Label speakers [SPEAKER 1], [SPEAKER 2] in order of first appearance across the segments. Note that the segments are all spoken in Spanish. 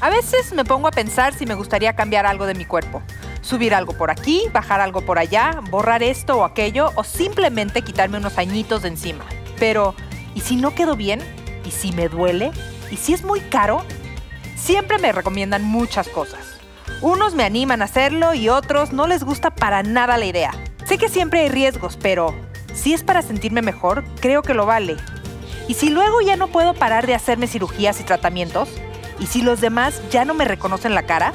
[SPEAKER 1] A veces me pongo a pensar si me gustaría cambiar algo de mi cuerpo. Subir algo por aquí, bajar algo por allá, borrar esto o aquello o simplemente quitarme unos añitos de encima. Pero, ¿y si no quedó bien? ¿Y si me duele? ¿Y si es muy caro? Siempre me recomiendan muchas cosas. Unos me animan a hacerlo y otros no les gusta para nada la idea. Sé que siempre hay riesgos, pero si es para sentirme mejor, creo que lo vale. Y si luego ya no puedo parar de hacerme cirugías y tratamientos, y si los demás ya no me reconocen la cara,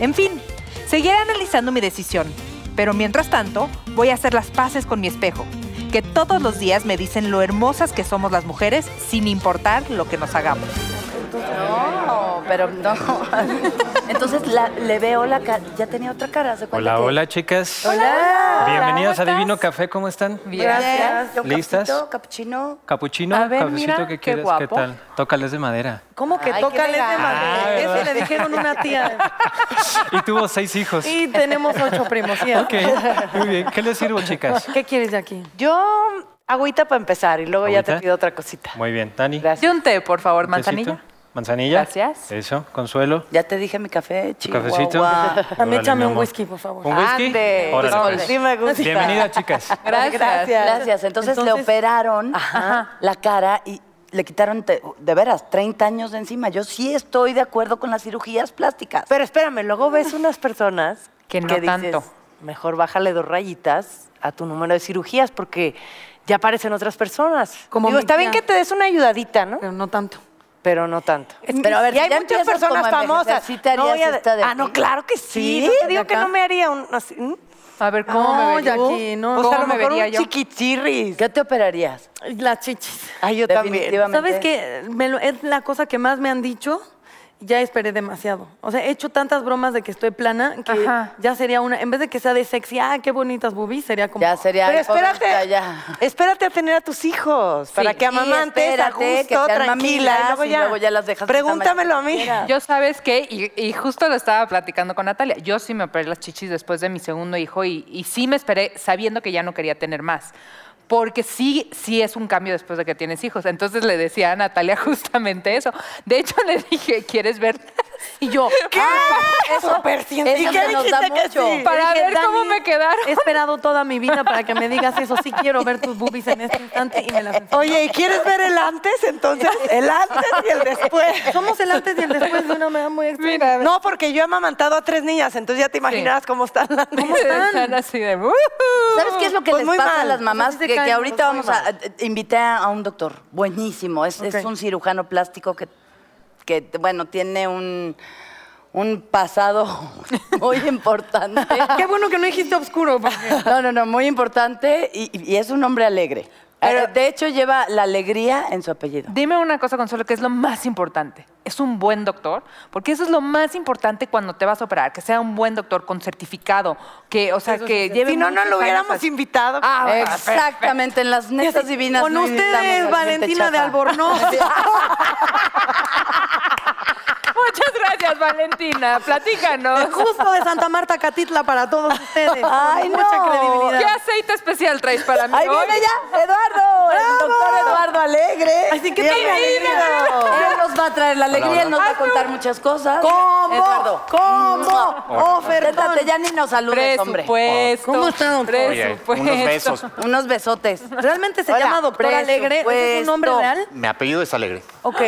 [SPEAKER 1] en fin, seguiré analizando mi decisión. Pero mientras tanto, voy a hacer las paces con mi espejo, que todos los días me dicen lo hermosas que somos las mujeres sin importar lo que nos hagamos.
[SPEAKER 2] No, pero no. Entonces la- le veo la cara. Ya tenía otra cara. ¿se cuenta
[SPEAKER 3] Hola,
[SPEAKER 2] que-
[SPEAKER 3] hola, chicas.
[SPEAKER 2] Hola.
[SPEAKER 3] Bienvenidas a
[SPEAKER 1] ¿cómo
[SPEAKER 3] Divino Café, ¿cómo están?
[SPEAKER 2] Gracias. Yo,
[SPEAKER 3] ¿Listas?
[SPEAKER 2] capsito, Capuchino.
[SPEAKER 3] Capuchino,
[SPEAKER 1] A ver,
[SPEAKER 3] cafecito
[SPEAKER 1] mira,
[SPEAKER 3] que
[SPEAKER 1] qué
[SPEAKER 3] quieres, ¿qué
[SPEAKER 1] guapo.
[SPEAKER 3] tal? Tócales de madera.
[SPEAKER 4] ¿Cómo que
[SPEAKER 2] Ay, qué
[SPEAKER 4] tócales de
[SPEAKER 2] elegante.
[SPEAKER 3] Ah,
[SPEAKER 4] madera? Eso le dijeron una tía.
[SPEAKER 3] Y tuvo seis hijos.
[SPEAKER 4] Y tenemos ocho primos. ¿sí?
[SPEAKER 3] Ok, muy bien. ¿Qué les sirvo, chicas?
[SPEAKER 4] ¿Qué quieres de aquí?
[SPEAKER 2] Yo agüita para empezar y luego ya
[SPEAKER 3] ¿Agüita?
[SPEAKER 2] te pido otra cosita.
[SPEAKER 3] Muy bien, Tani.
[SPEAKER 2] Gracias.
[SPEAKER 1] De un té, por favor,
[SPEAKER 3] ¿un tecito?
[SPEAKER 1] manzanilla.
[SPEAKER 3] Manzanilla.
[SPEAKER 1] Gracias.
[SPEAKER 3] Eso, consuelo.
[SPEAKER 2] Ya te dije mi café,
[SPEAKER 3] ¿Tu
[SPEAKER 2] chihuahua.
[SPEAKER 3] cafecito?
[SPEAKER 4] A mí
[SPEAKER 3] Órale,
[SPEAKER 4] échame
[SPEAKER 3] mi
[SPEAKER 4] un
[SPEAKER 3] amor.
[SPEAKER 4] whisky, por favor.
[SPEAKER 3] ¿Un whisky?
[SPEAKER 1] Ande,
[SPEAKER 3] Órale,
[SPEAKER 1] sol.
[SPEAKER 3] pues.
[SPEAKER 2] Sí me gusta.
[SPEAKER 3] Bienvenidas, chicas.
[SPEAKER 1] Gracias.
[SPEAKER 2] Gracias. Entonces, le
[SPEAKER 4] Entonces-
[SPEAKER 2] operaron la cara y le quitaron, te- de veras, 30 años de encima. Yo sí estoy de acuerdo con las cirugías plásticas.
[SPEAKER 5] Pero espérame, luego ves unas personas
[SPEAKER 1] Que no tanto.
[SPEAKER 5] mejor bájale dos rayitas a tu número de cirugías porque ya aparecen otras personas.
[SPEAKER 4] Como
[SPEAKER 5] Digo,
[SPEAKER 4] mi
[SPEAKER 5] está bien
[SPEAKER 4] tía.
[SPEAKER 5] que te des una ayudadita, ¿no?
[SPEAKER 4] Pero no tanto.
[SPEAKER 5] Pero no tanto.
[SPEAKER 2] Pero a ver,
[SPEAKER 5] y
[SPEAKER 2] si
[SPEAKER 5] hay
[SPEAKER 2] ya
[SPEAKER 5] muchas
[SPEAKER 2] empiezas como
[SPEAKER 5] personas
[SPEAKER 2] a envejecer,
[SPEAKER 5] famosas.
[SPEAKER 2] ¿sí te harías
[SPEAKER 5] voy a-
[SPEAKER 2] esta de
[SPEAKER 5] ah,
[SPEAKER 2] aquí?
[SPEAKER 5] no, claro que sí.
[SPEAKER 2] ¿Sí?
[SPEAKER 5] No te digo
[SPEAKER 4] ¿De
[SPEAKER 5] que
[SPEAKER 4] acá?
[SPEAKER 5] no me haría un... así, ¿mm?
[SPEAKER 1] A ver, ¿cómo
[SPEAKER 4] No,
[SPEAKER 1] me vería?
[SPEAKER 4] Jackie, no.
[SPEAKER 1] ¿Cómo
[SPEAKER 5] Pues a lo
[SPEAKER 1] me
[SPEAKER 5] mejor
[SPEAKER 1] vería
[SPEAKER 5] un
[SPEAKER 1] yo?
[SPEAKER 5] chiquichirris.
[SPEAKER 2] ¿Qué te operarías?
[SPEAKER 4] Las chichis.
[SPEAKER 5] Ay, yo también.
[SPEAKER 2] Definitivamente.
[SPEAKER 4] ¿Sabes qué? Me lo- es la cosa que más me han dicho. Ya esperé demasiado. O sea, he hecho tantas bromas de que estoy plana que
[SPEAKER 1] Ajá.
[SPEAKER 4] ya sería una. En vez de que sea de sexy, ah, qué bonitas boobies, sería como.
[SPEAKER 2] Ya sería.
[SPEAKER 5] Pero
[SPEAKER 2] ay, pobrecita,
[SPEAKER 5] espérate,
[SPEAKER 2] ya.
[SPEAKER 5] espérate a tener a tus hijos, para que
[SPEAKER 2] Y
[SPEAKER 5] amamantes
[SPEAKER 2] espérate,
[SPEAKER 5] a
[SPEAKER 2] que
[SPEAKER 5] gusto,
[SPEAKER 2] sean
[SPEAKER 5] tranquila,
[SPEAKER 2] mamilas,
[SPEAKER 5] y luego,
[SPEAKER 2] y
[SPEAKER 5] ya,
[SPEAKER 2] luego ya las dejas del tamaño
[SPEAKER 5] Pregúntamelo a
[SPEAKER 2] que
[SPEAKER 5] mí.
[SPEAKER 2] quieras.
[SPEAKER 1] Yo sabes qué, y, y justo lo estaba platicando con Natalia, yo sí me operé las chichis después de mi segundo hijo y, y sí me esperé sabiendo que ya no quería tener más. Porque sí, sí es un cambio después de que tienes hijos. Entonces le decía a Natalia justamente eso. De hecho, le dije, ¿quieres ver?
[SPEAKER 4] Y yo.
[SPEAKER 2] Eso,
[SPEAKER 5] ¿Y qué
[SPEAKER 2] nos da
[SPEAKER 5] dijiste que
[SPEAKER 2] mucho.
[SPEAKER 5] sí?
[SPEAKER 1] Para
[SPEAKER 4] Dije,
[SPEAKER 1] ver cómo
[SPEAKER 4] "Dani,
[SPEAKER 1] me quedaron".
[SPEAKER 4] He esperado toda mi vida para que me digas eso. Sí quiero ver tus boobies en este instante y me las enseñas.
[SPEAKER 5] Oye, ¿y quieres ver el antes entonces? El antes y el después.
[SPEAKER 4] Somos el antes y el después de una manera muy extraña.
[SPEAKER 5] No, porque yo he amamantado a tres niñas, entonces ya te imaginarás cómo están las niñas.
[SPEAKER 1] Están así de... "Ujú".
[SPEAKER 2] ¿Sabes qué es lo que
[SPEAKER 5] Pues
[SPEAKER 2] les
[SPEAKER 5] muy
[SPEAKER 2] pasa a
[SPEAKER 5] mal.
[SPEAKER 2] las mamás?
[SPEAKER 4] Entonces se
[SPEAKER 2] Que, que
[SPEAKER 4] caen
[SPEAKER 2] ahorita
[SPEAKER 4] muy
[SPEAKER 2] vamos a... eh, Invité a un doctor, buenísimo. Es, es
[SPEAKER 4] Ok.
[SPEAKER 2] un cirujano plástico que, que bueno, tiene un, un pasado muy importante.
[SPEAKER 4] Qué bueno que no dijiste oscuro. porque-
[SPEAKER 2] No, no, no, muy importante y, y- y es un hombre alegre. Eh, de hecho, lleva la alegría en su apellido.
[SPEAKER 1] Dime una cosa, Consuelo, que es lo más importante. ¿Es un buen doctor? Porque eso es lo más importante cuando te vas a operar, que sea un buen doctor con certificado, que, o sea, que lleve...
[SPEAKER 5] Si no, no
[SPEAKER 1] muchos
[SPEAKER 5] lo hubiéramos
[SPEAKER 1] años así.
[SPEAKER 5] invitado.
[SPEAKER 1] Ah, bueno,
[SPEAKER 2] Exactamente, en las netas divinas.
[SPEAKER 4] Con
[SPEAKER 2] no
[SPEAKER 4] ustedes,
[SPEAKER 2] necesitamos a gente
[SPEAKER 4] Valentina de
[SPEAKER 2] chafa.
[SPEAKER 4] Albornoz.
[SPEAKER 1] Muchas gracias, Valentina. Platícanos.
[SPEAKER 4] Justo de Santa Marta Catitla para todos ustedes.
[SPEAKER 2] Ay,
[SPEAKER 4] Con Mucha
[SPEAKER 2] no.
[SPEAKER 4] credibilidad.
[SPEAKER 1] ¿Qué aceite especial traes para mí
[SPEAKER 2] Ahí
[SPEAKER 1] hoy?
[SPEAKER 2] viene ya, Eduardo, el doctor Eduardo Alegre.
[SPEAKER 4] Así que tengan
[SPEAKER 2] Él nos va a traer la alegría, él nos va a contar muchas cosas.
[SPEAKER 4] ¿Cómo?
[SPEAKER 2] Eduardo.
[SPEAKER 4] ¿Cómo? Ofertón.
[SPEAKER 2] Siéntate, ya ni nos saludes, hombre.
[SPEAKER 1] Presupuesto.
[SPEAKER 4] ¿Cómo está, doctor?
[SPEAKER 6] Oye,
[SPEAKER 1] Presupuesto.
[SPEAKER 6] unos besos.
[SPEAKER 2] Unos besotes.
[SPEAKER 4] ¿Realmente se
[SPEAKER 2] Hola,
[SPEAKER 4] llama Doctor Alegre? ¿Ese ¿Es un nombre
[SPEAKER 2] presupuesto.
[SPEAKER 4] real?
[SPEAKER 6] Mi apellido es Alegre.
[SPEAKER 4] Ok,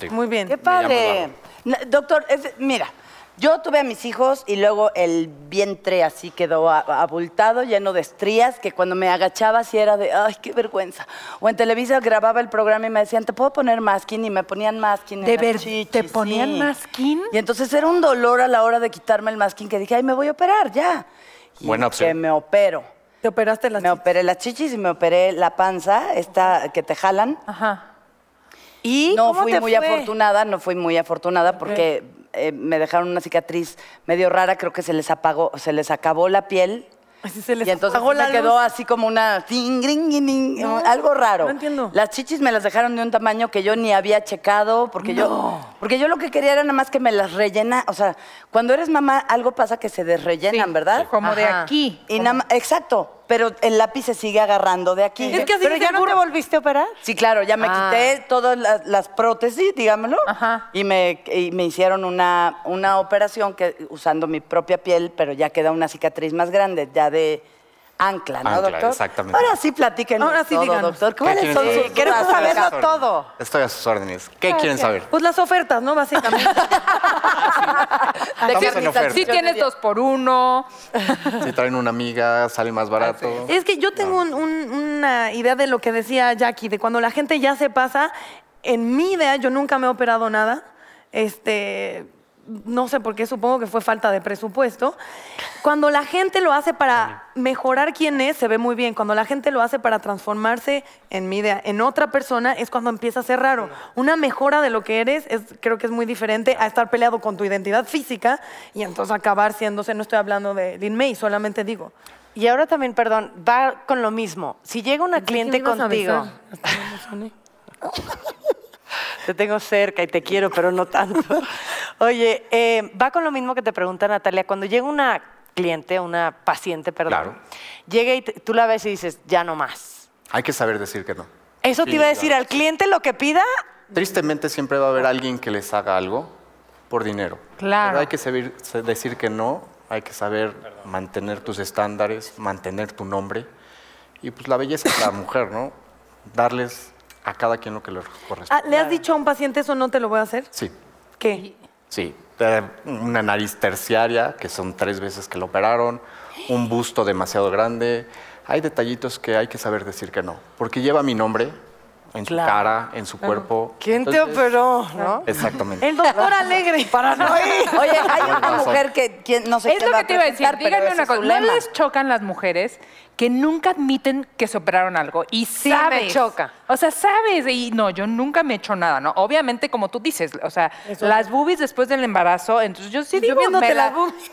[SPEAKER 6] Sí.
[SPEAKER 4] muy bien.
[SPEAKER 2] Qué
[SPEAKER 6] Me
[SPEAKER 2] padre.
[SPEAKER 6] llamo
[SPEAKER 2] Na- Doctor, es- mira, yo tuve a mis hijos y luego el vientre así quedó a- abultado, lleno de estrías, que cuando me agachaba sí era de, ay, qué vergüenza. O en Televisa grababa el programa y me decían, ¿te puedo poner masking? Y me ponían masking. en
[SPEAKER 1] ¿De
[SPEAKER 2] las
[SPEAKER 1] ver-
[SPEAKER 2] chichis,
[SPEAKER 1] te ponían
[SPEAKER 2] sí.
[SPEAKER 1] masking?
[SPEAKER 2] Y entonces era un dolor a la hora de quitarme el masking que dije, ay, me voy a operar ya. Y
[SPEAKER 6] Buena opción.
[SPEAKER 2] Que me opero.
[SPEAKER 4] ¿Te operaste las
[SPEAKER 2] Me
[SPEAKER 4] chichis?
[SPEAKER 2] operé las chichis y me operé la panza, esta que te jalan.
[SPEAKER 1] Ajá.
[SPEAKER 5] ¿Y
[SPEAKER 2] No
[SPEAKER 5] cómo
[SPEAKER 2] fui
[SPEAKER 5] te
[SPEAKER 2] muy
[SPEAKER 5] fue?
[SPEAKER 2] afortunada, no fui muy afortunada porque eh, me dejaron una cicatriz medio rara, creo que se les apagó, se les acabó la piel.
[SPEAKER 4] Así se les
[SPEAKER 2] Y entonces
[SPEAKER 4] apagó
[SPEAKER 2] me
[SPEAKER 4] la
[SPEAKER 2] quedó
[SPEAKER 4] luz.
[SPEAKER 2] así como una ting, gring, gring, gring,
[SPEAKER 4] No,
[SPEAKER 2] algo raro.
[SPEAKER 4] no entiendo.
[SPEAKER 2] Las chichis me las dejaron de un tamaño que yo ni había checado porque yo porque yo lo que quería era nada más que me las rellena, o sea, cuando eres mamá algo pasa que se desrellenan, ¿verdad?
[SPEAKER 1] Como de
[SPEAKER 2] Ajá.
[SPEAKER 1] aquí.
[SPEAKER 2] Y nada ma- exacto, pero el lápiz se sigue agarrando de aquí.
[SPEAKER 4] Es que así
[SPEAKER 5] ¿Pero
[SPEAKER 4] dice
[SPEAKER 5] ya
[SPEAKER 4] el
[SPEAKER 5] no te
[SPEAKER 4] burro.
[SPEAKER 5] volviste a operar?
[SPEAKER 2] Sí, claro, ya me
[SPEAKER 5] Ah.
[SPEAKER 2] quité todas las, las prótesis, digámoslo,
[SPEAKER 1] Ajá.
[SPEAKER 2] y me, y me hicieron una, una operación que usando mi propia piel, pero ya queda una cicatriz más grande, ya de ancla, ¿no,
[SPEAKER 6] Ancla,
[SPEAKER 2] doctor?
[SPEAKER 6] exactamente.
[SPEAKER 2] Ahora sí platíquenos
[SPEAKER 4] Ahora sí
[SPEAKER 2] todo,
[SPEAKER 4] díganos.
[SPEAKER 2] doctor. ¿Cuáles
[SPEAKER 6] quieren
[SPEAKER 2] son
[SPEAKER 6] saber?
[SPEAKER 2] sus
[SPEAKER 5] Queremos
[SPEAKER 2] dudas?
[SPEAKER 5] saberlo
[SPEAKER 6] Gracias.
[SPEAKER 5] todo.
[SPEAKER 6] Estoy a sus órdenes. ¿Qué quieren saber?
[SPEAKER 4] Pues las ofertas, ¿no? Básicamente.
[SPEAKER 1] De
[SPEAKER 6] Estamos
[SPEAKER 1] que
[SPEAKER 6] en oferta.
[SPEAKER 1] sí tienes dos por uno.
[SPEAKER 6] Si traen una amiga, sale más barato.
[SPEAKER 4] Es que yo tengo un- un- una idea de lo que decía Jackie, de cuando la gente ya se pasa. En mi idea, yo nunca me he operado nada. Este, no sé por qué, supongo que fue falta de presupuesto. Cuando la gente lo hace para mejorar quién es, se ve muy bien. Cuando la gente lo hace para transformarse, en mi idea, en otra persona, es cuando empieza a ser raro. Una mejora de lo que eres es, creo que es muy diferente a estar peleado con tu identidad física y entonces acabar siéndose. No estoy hablando de Lin May, solamente digo.
[SPEAKER 5] Y ahora también, perdón, va con lo mismo. Si llega una cliente contigo, te tengo cerca y te quiero, pero no tanto. Oye, eh, va con lo mismo que te pregunta Natalia. Cuando llega una cliente, una paciente, perdón,
[SPEAKER 6] Claro.
[SPEAKER 5] llega y te- tú la ves y dices, ya no más.
[SPEAKER 6] Hay que saber decir que no.
[SPEAKER 5] Eso te
[SPEAKER 6] Sí,
[SPEAKER 5] iba a decir,
[SPEAKER 6] claro.
[SPEAKER 5] al cliente lo que pida,
[SPEAKER 6] Tristemente siempre va a haber alguien que les haga algo por dinero.
[SPEAKER 5] Claro.
[SPEAKER 6] Pero hay que saber se- decir que no, hay que saber mantener tus estándares, mantener tu nombre y pues la belleza de la mujer, ¿no? Darles a cada quien lo que les corresponde.
[SPEAKER 4] Ah, ¿Le has dicho a un paciente eso no te lo voy a hacer?
[SPEAKER 6] Sí,
[SPEAKER 4] ¿Qué?
[SPEAKER 6] sí. Eh, Una nariz terciaria, que son tres veces que lo operaron, un busto demasiado grande. Hay detallitos que hay que saber decir que no, porque lleva mi nombre en
[SPEAKER 5] Claro.
[SPEAKER 6] su cara, en su cuerpo.
[SPEAKER 5] ¿quién te
[SPEAKER 6] Entonces-
[SPEAKER 5] operó? ¿no?
[SPEAKER 6] Exactamente.
[SPEAKER 4] El doctor Alegre. Para no
[SPEAKER 2] Oye, hay una
[SPEAKER 6] razón.
[SPEAKER 2] mujer que quien- no sé
[SPEAKER 1] Es
[SPEAKER 2] quién
[SPEAKER 1] lo
[SPEAKER 2] va
[SPEAKER 1] que te iba a decir.
[SPEAKER 2] presentar, pero
[SPEAKER 1] Díganme
[SPEAKER 2] ese
[SPEAKER 1] una
[SPEAKER 2] es su
[SPEAKER 1] cosa. ¿No
[SPEAKER 2] lema.
[SPEAKER 1] les chocan las mujeres que nunca admiten que se operaron algo? Y
[SPEAKER 5] Sí, me
[SPEAKER 1] sabes.
[SPEAKER 5] choca.
[SPEAKER 1] O sea, sabes. Y no, yo nunca me he hecho nada, ¿no? Obviamente, como tú dices, o sea, las boobies después del embarazo. Entonces, yo sí
[SPEAKER 4] Yo
[SPEAKER 1] digo,
[SPEAKER 4] viéndote
[SPEAKER 1] me, la-
[SPEAKER 4] las boobies.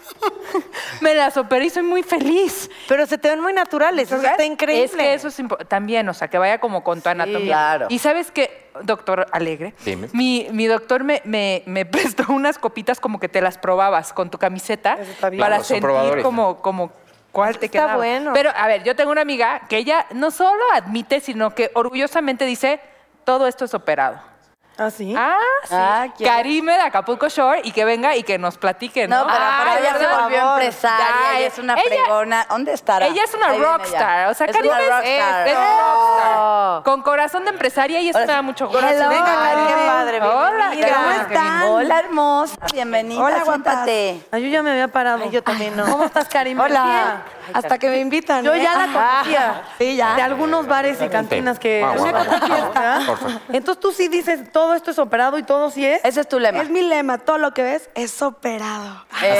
[SPEAKER 1] me las operé y soy muy feliz.
[SPEAKER 5] Pero se te ven muy naturales, eso está increíble.
[SPEAKER 1] Es que eso es impo- también, o sea, que vaya como con tu anatomía.
[SPEAKER 2] claro.
[SPEAKER 1] Y sabes que, doctor Alegre,
[SPEAKER 6] Dime.
[SPEAKER 1] Mi, mi doctor me, me- me prestó unas copitas como que te las probabas con tu camiseta
[SPEAKER 4] Eso está bien.
[SPEAKER 1] para
[SPEAKER 6] Claro, son
[SPEAKER 1] sentir
[SPEAKER 6] probadores.
[SPEAKER 1] como, como cuál te
[SPEAKER 5] Está
[SPEAKER 1] quedaba.
[SPEAKER 5] bueno.
[SPEAKER 1] Pero a ver, yo tengo una amiga que ella no solo admite, sino que orgullosamente dice, todo esto es operado.
[SPEAKER 4] ¿Ah, sí?
[SPEAKER 1] Ah, sí.
[SPEAKER 2] Ah, ¿quién?
[SPEAKER 1] Karime de Acapulco Shore y que venga y que nos platique, ¿no?
[SPEAKER 2] No, pero, pero
[SPEAKER 1] Ay,
[SPEAKER 2] ella se
[SPEAKER 1] ¿verdad?
[SPEAKER 2] volvió empresaria,
[SPEAKER 1] Ay,
[SPEAKER 2] ella es una
[SPEAKER 1] ella-
[SPEAKER 2] fregona. ¿Dónde estará?
[SPEAKER 1] Ella es una
[SPEAKER 2] Ahí viene
[SPEAKER 1] rockstar.
[SPEAKER 2] ella.
[SPEAKER 1] O sea,
[SPEAKER 2] es
[SPEAKER 1] Karime
[SPEAKER 2] una rockstar.
[SPEAKER 1] es rockstar. Con corazón de empresaria y eso
[SPEAKER 2] Ahora
[SPEAKER 1] me da
[SPEAKER 2] sí,
[SPEAKER 1] mucho gusto.
[SPEAKER 2] corazón. Hello.
[SPEAKER 5] Venga, Karime, qué padre,
[SPEAKER 1] Hola,
[SPEAKER 5] bienvenida.
[SPEAKER 1] ¿cómo
[SPEAKER 5] Hola,
[SPEAKER 1] están?
[SPEAKER 2] Hola, hermosa. Bienvenida.
[SPEAKER 4] Hola,
[SPEAKER 2] siéntate.
[SPEAKER 4] Ay, Ah, yo ya me había parado.
[SPEAKER 5] Ay, yo también no.
[SPEAKER 4] ¿Cómo estás, Karim?
[SPEAKER 5] Hola.
[SPEAKER 4] Bien.
[SPEAKER 5] Hasta que me invitan.
[SPEAKER 4] Yo ya la
[SPEAKER 5] Ah.
[SPEAKER 4] conocía.
[SPEAKER 5] Sí, ya.
[SPEAKER 4] De algunos bares y cantinas que...
[SPEAKER 6] Vamos,
[SPEAKER 4] Una
[SPEAKER 6] vamos,
[SPEAKER 4] cosa
[SPEAKER 6] vamos.
[SPEAKER 4] fiesta.
[SPEAKER 6] Por favor.
[SPEAKER 4] Entonces tú sí dices, todo esto es operado y todo sí es.
[SPEAKER 2] Ese es tu lema.
[SPEAKER 7] Es mi lema, todo lo que ves es operado.
[SPEAKER 1] Ay,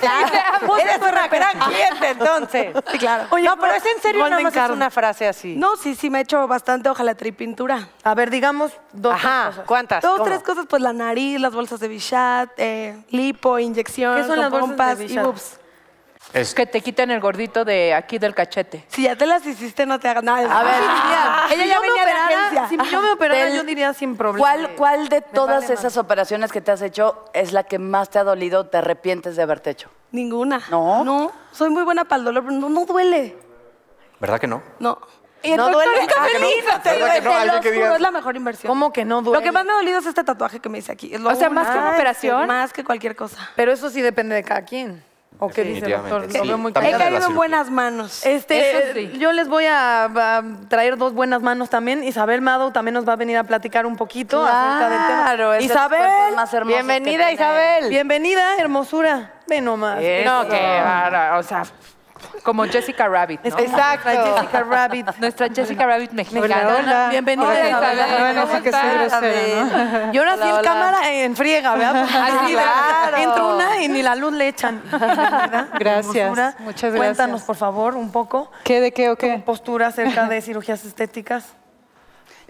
[SPEAKER 1] te amo.
[SPEAKER 5] Eres una gran cliente, entonces. Sí, claro.
[SPEAKER 4] Oye,
[SPEAKER 5] no, pero es en serio,
[SPEAKER 4] Golden
[SPEAKER 5] nada más
[SPEAKER 4] Card.
[SPEAKER 5] es una frase así.
[SPEAKER 7] No, sí, sí, me he hecho bastante pintura.
[SPEAKER 4] A ver, digamos dos
[SPEAKER 5] Ajá,
[SPEAKER 4] tres cosas.
[SPEAKER 5] ¿cuántas?
[SPEAKER 7] Dos,
[SPEAKER 5] ¿Cómo?
[SPEAKER 7] tres cosas, pues la nariz, las bolsas de Bichat, eh, lipo, inyección,
[SPEAKER 4] ¿Qué son las
[SPEAKER 7] con
[SPEAKER 4] bolsas de
[SPEAKER 7] pompas y
[SPEAKER 4] Bichat?
[SPEAKER 7] boobs.
[SPEAKER 6] Es-
[SPEAKER 1] Que te quiten el gordito de aquí del cachete.
[SPEAKER 7] Si ya te las hiciste, no te hagas nada.
[SPEAKER 2] A ver, Ah,
[SPEAKER 4] Ella
[SPEAKER 7] Si
[SPEAKER 4] ya
[SPEAKER 7] yo me
[SPEAKER 4] venía de
[SPEAKER 7] operara,
[SPEAKER 4] agencia. Si yo me operara, yo diría sin problema.
[SPEAKER 2] ¿Cuál, cuál de todas
[SPEAKER 4] vale
[SPEAKER 2] esas operaciones que te has hecho es la que más te ha dolido? ¿Te arrepientes de haberte hecho?
[SPEAKER 7] Ninguna.
[SPEAKER 2] No.
[SPEAKER 7] No, soy muy buena para el dolor, pero no, no duele.
[SPEAKER 6] ¿Verdad que no?
[SPEAKER 7] No.
[SPEAKER 1] Y el
[SPEAKER 5] No
[SPEAKER 1] doctor
[SPEAKER 5] duele.
[SPEAKER 1] está
[SPEAKER 7] Ah, que no,
[SPEAKER 1] feliz.
[SPEAKER 7] te
[SPEAKER 6] ¿verdad que
[SPEAKER 7] digo,
[SPEAKER 6] no?
[SPEAKER 7] te
[SPEAKER 6] Alguien
[SPEAKER 7] lo
[SPEAKER 6] que diga-
[SPEAKER 7] juro, es la mejor inversión.
[SPEAKER 4] ¿Cómo que no duele?
[SPEAKER 7] Lo que más me ha dolido es este tatuaje que me hice aquí. es lo
[SPEAKER 1] O sea, más que una
[SPEAKER 7] único.
[SPEAKER 1] operación.
[SPEAKER 7] Sí, más que cualquier cosa.
[SPEAKER 4] Pero eso sí depende de cada quien. ¿O qué dice el doctor?
[SPEAKER 6] Definitivamente,
[SPEAKER 4] Lo
[SPEAKER 6] sí.
[SPEAKER 4] veo muy
[SPEAKER 7] He
[SPEAKER 6] También de la
[SPEAKER 7] caído en
[SPEAKER 6] cirugía.
[SPEAKER 7] buenas manos.
[SPEAKER 4] Este,
[SPEAKER 1] Eso
[SPEAKER 8] eh,
[SPEAKER 1] sí.
[SPEAKER 4] yo les voy a, a traer dos buenas manos también. Isabel Mado también nos va a venir a platicar un poquito acerca del tema.
[SPEAKER 2] Claro, es de los
[SPEAKER 4] Isabel,
[SPEAKER 2] cuerpos más hermosos que
[SPEAKER 4] bienvenida
[SPEAKER 2] tiene.
[SPEAKER 4] Isabel. Bienvenida, hermosura. Ve nomás.
[SPEAKER 1] No, que bárbara, o sea, como Jessica Rabbit, ¿no?
[SPEAKER 4] Exacto. Jessica Rabbit.
[SPEAKER 1] Nuestra Jessica Rabbit mexicana.
[SPEAKER 4] Bienvenida.
[SPEAKER 1] Hola,
[SPEAKER 4] Isabel.
[SPEAKER 1] Isabel,
[SPEAKER 4] Hola,
[SPEAKER 1] ¿cómo
[SPEAKER 4] sí que soy
[SPEAKER 1] estás?
[SPEAKER 4] grosera, ¿no? Y ahora sí en cámara eh, en friega, ¿verdad? Así,
[SPEAKER 5] claro.
[SPEAKER 4] Entra una y ni la luz le echan.
[SPEAKER 9] Gracias,
[SPEAKER 4] Hermosura.
[SPEAKER 9] muchas gracias.
[SPEAKER 4] Cuéntanos, por favor, un poco.
[SPEAKER 9] ¿Qué de qué o qué?
[SPEAKER 4] tu postura acerca de cirugías estéticas.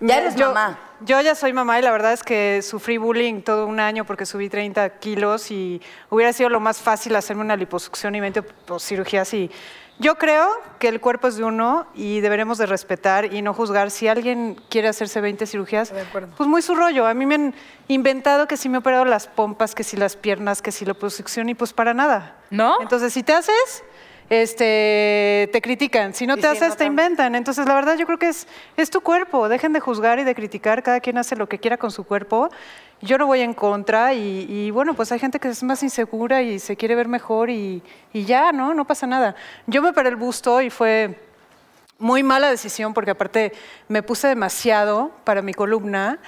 [SPEAKER 2] Ya eres
[SPEAKER 9] yo,
[SPEAKER 2] mamá.
[SPEAKER 9] Yo ya soy mamá y la verdad es que sufrí bullying todo un año porque subí 30 kilos y hubiera sido lo más fácil hacerme una liposucción y 20 po- pues, cirugías y yo creo que el cuerpo es de uno y deberemos de respetar y no juzgar. Si alguien quiere hacerse 20 cirugías, pues muy su rollo. A mí me han inventado que si me he operado las pompas, que si las piernas, que si la liposucción y pues para nada.
[SPEAKER 1] ¿No?
[SPEAKER 9] Entonces, si te haces este, te critican. Si no te haces, te
[SPEAKER 5] Diciéndote.
[SPEAKER 9] inventan. Entonces, la verdad, yo creo que es, es tu cuerpo. Dejen de juzgar y de criticar. Cada quien hace lo que quiera con su cuerpo. Yo no voy en contra y, y, bueno, pues hay gente que es más insegura y se quiere ver mejor y, y ya, ¿no? No pasa nada. Yo me paré el busto y fue muy mala decisión porque aparte me puse demasiado para mi columna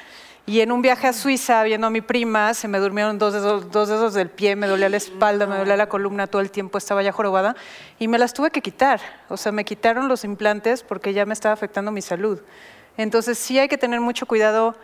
[SPEAKER 9] y en un viaje a Suiza viendo a mi prima se me durmieron dos dedos, dos dedos del pie, me dolía la espalda, me dolía la columna, todo el tiempo estaba ya jorobada y me las tuve que quitar. O sea, me quitaron los implantes porque ya me estaba afectando mi salud. Entonces sí hay que tener mucho cuidado.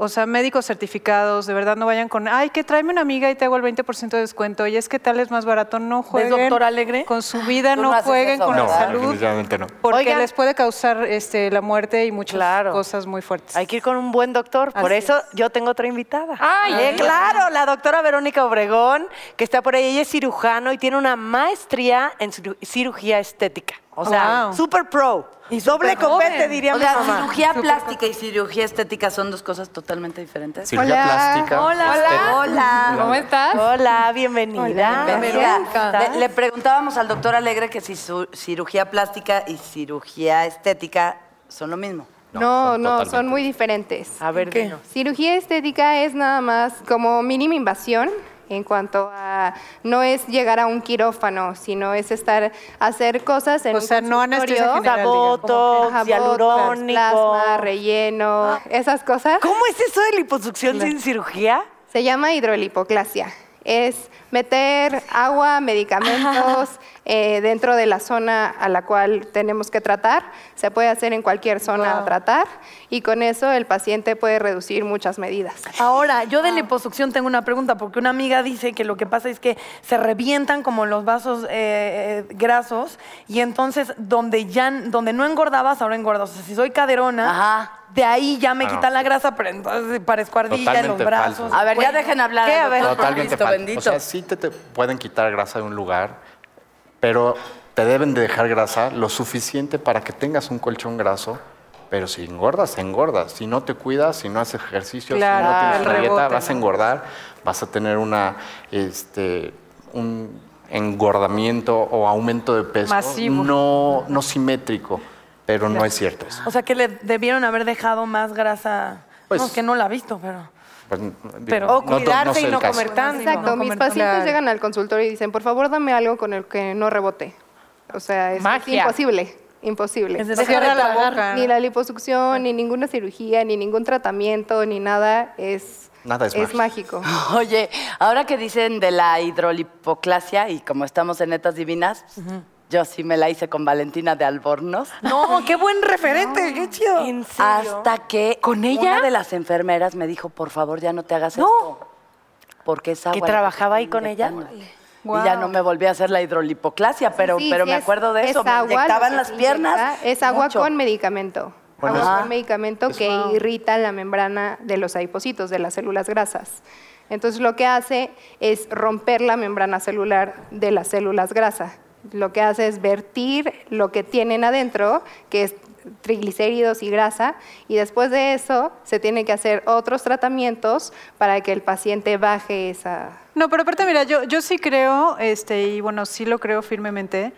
[SPEAKER 9] O sea, médicos certificados, de verdad no vayan con, ay, que tráeme una amiga y te hago el 20% de descuento. Y es que tal es más barato, no jueguen.
[SPEAKER 4] doctor Alegre?
[SPEAKER 9] Con su vida,
[SPEAKER 2] Tú
[SPEAKER 9] no,
[SPEAKER 2] no haces
[SPEAKER 9] jueguen
[SPEAKER 2] eso,
[SPEAKER 9] con
[SPEAKER 6] No,
[SPEAKER 9] la
[SPEAKER 2] ¿verdad?
[SPEAKER 9] salud.
[SPEAKER 6] definitivamente no.
[SPEAKER 9] Porque
[SPEAKER 5] Oigan.
[SPEAKER 9] les puede causar este, la muerte y muchas
[SPEAKER 5] Claro.
[SPEAKER 9] cosas muy fuertes.
[SPEAKER 5] Hay que ir con un buen doctor. Por
[SPEAKER 9] Así
[SPEAKER 5] eso yo tengo otra invitada.
[SPEAKER 8] Ay,
[SPEAKER 5] Eh,
[SPEAKER 8] mira.
[SPEAKER 5] claro, la doctora Verónica Obregón, que está por ahí. Ella es cirujano y tiene una maestría en ciru- cirugía estética. O sea,
[SPEAKER 9] Oh, Wow.
[SPEAKER 5] super pro. Y doble copete, diría
[SPEAKER 2] O
[SPEAKER 5] mi
[SPEAKER 2] sea,
[SPEAKER 5] mamá.
[SPEAKER 2] cirugía plástica y cirugía estética son dos cosas totalmente diferentes.
[SPEAKER 6] Cirugía
[SPEAKER 8] Hola.
[SPEAKER 6] plástica.
[SPEAKER 8] Hola.
[SPEAKER 6] estética.
[SPEAKER 2] Hola.
[SPEAKER 8] ¿Cómo estás?
[SPEAKER 5] Hola, bienvenida.
[SPEAKER 2] Bienvenida.
[SPEAKER 8] Verónica.
[SPEAKER 2] Le, le preguntábamos al doctor Alegre que si su cirugía plástica y cirugía estética son lo mismo.
[SPEAKER 8] No,
[SPEAKER 6] son
[SPEAKER 8] no, son
[SPEAKER 6] totalmente
[SPEAKER 8] muy diferentes.
[SPEAKER 5] A ver, dinos.
[SPEAKER 8] Cirugía estética es nada más como mínima invasión en cuanto a no es llegar a un quirófano, sino es estar hacer cosas en
[SPEAKER 9] O
[SPEAKER 8] un
[SPEAKER 9] sea, no anestesia
[SPEAKER 8] consultorio.
[SPEAKER 9] general, digamos.
[SPEAKER 5] Botox,
[SPEAKER 8] Ajá, botox,
[SPEAKER 5] hialurónico. Ah.
[SPEAKER 8] plasma, relleno, esas cosas.
[SPEAKER 5] ¿Cómo es eso de liposucción sin cirugía?
[SPEAKER 8] Se llama hidrolipoclasia. Es meter agua, medicamentos eh, dentro de la zona a la cual tenemos que tratar. Se puede hacer en cualquier zona a tratar y con eso el paciente puede reducir muchas medidas.
[SPEAKER 4] Ahora, yo de liposucción tengo una pregunta, porque una amiga dice que lo que pasa es que se revientan como los vasos eh, eh, grasos y entonces donde ya n- donde no engordabas, ahora engordas. O sea, si soy caderona,
[SPEAKER 2] Ajá.
[SPEAKER 4] de ahí ya me
[SPEAKER 6] Ah, no.
[SPEAKER 4] quitan la grasa, pero entonces parezco ardilla en los
[SPEAKER 6] Totalmente
[SPEAKER 4] brazos.
[SPEAKER 6] falso.
[SPEAKER 2] A ver, ya dejen hablar.
[SPEAKER 5] ¿qué?
[SPEAKER 2] al
[SPEAKER 5] A ver.
[SPEAKER 2] doctor
[SPEAKER 6] Totalmente
[SPEAKER 2] Cristo
[SPEAKER 6] falso.
[SPEAKER 2] bendito.
[SPEAKER 6] O sea, sí te, te pueden quitar grasa de un lugar, pero te deben de dejar grasa lo suficiente para que tengas un colchón graso. Pero si engordas, engordas. Si no te cuidas, si no haces ejercicio, si
[SPEAKER 9] Claro,
[SPEAKER 6] no tienes
[SPEAKER 9] el
[SPEAKER 6] una dieta,
[SPEAKER 9] rebote,
[SPEAKER 6] vas a
[SPEAKER 9] ¿no?
[SPEAKER 6] engordar, vas a tener una, este, un engordamiento o aumento de peso
[SPEAKER 9] Masivo.
[SPEAKER 6] no no simétrico, pero no es cierto eso.
[SPEAKER 4] O sea, que le debieron haber dejado más grasa.
[SPEAKER 6] Pues-
[SPEAKER 4] no, es que no la he visto, pero...
[SPEAKER 6] Pues, digo,
[SPEAKER 4] Pero-
[SPEAKER 5] O
[SPEAKER 6] no to- no
[SPEAKER 5] cuidarse
[SPEAKER 6] sé
[SPEAKER 5] y
[SPEAKER 6] el
[SPEAKER 5] no
[SPEAKER 6] caso.
[SPEAKER 5] comer tanto.
[SPEAKER 8] Exacto, mis
[SPEAKER 9] comer-
[SPEAKER 8] pacientes
[SPEAKER 9] Claro.
[SPEAKER 8] llegan al consultorio y dicen, por favor, dame algo con el que no rebote. O sea, es, es
[SPEAKER 10] Magia.
[SPEAKER 8] imposible, imposible.
[SPEAKER 4] Es de-
[SPEAKER 9] No cierra la boca.
[SPEAKER 8] Ni la liposucción, ni ninguna cirugía, ni ningún tratamiento, ni nada es,
[SPEAKER 6] Nada es
[SPEAKER 8] mágico.
[SPEAKER 2] Oye, ahora que dicen de la hidrolipoclasia y como estamos en netas divinas, yo sí me la hice con Valentina de Albornoz.
[SPEAKER 4] No, qué buen referente, qué chido.
[SPEAKER 5] ¿En serio?
[SPEAKER 2] Hasta que
[SPEAKER 10] ¿Con ella?
[SPEAKER 2] una de las enfermeras me dijo, por favor, ya no te hagas esto. Porque es agua. la
[SPEAKER 5] trabajaba
[SPEAKER 2] te
[SPEAKER 5] ahí con ella?
[SPEAKER 2] inyectando". Y ya no me volví a hacer la hidrolipoclasia, pero,
[SPEAKER 8] Sí,
[SPEAKER 2] pero
[SPEAKER 8] sí
[SPEAKER 2] me
[SPEAKER 8] es-
[SPEAKER 2] acuerdo de
[SPEAKER 8] es
[SPEAKER 2] eso.
[SPEAKER 8] agua,
[SPEAKER 2] me
[SPEAKER 8] lo
[SPEAKER 2] inyectaban
[SPEAKER 8] que
[SPEAKER 2] las
[SPEAKER 8] se
[SPEAKER 2] piernas.
[SPEAKER 8] inyecta Es agua
[SPEAKER 2] mucho.
[SPEAKER 8] con medicamento.
[SPEAKER 6] Bueno,
[SPEAKER 8] agua
[SPEAKER 2] eso-
[SPEAKER 8] con medicamento que irrita la membrana de los adipocitos, de las células grasas. Entonces lo que hace es romper la membrana celular de las células grasa. Lo que hace es vertir lo que tienen adentro, que es triglicéridos y grasa, y después de eso se tiene que hacer otros tratamientos para que el paciente baje esa...
[SPEAKER 9] No, pero aparte, mira, yo, yo sí creo, este, y bueno, sí lo creo firmemente,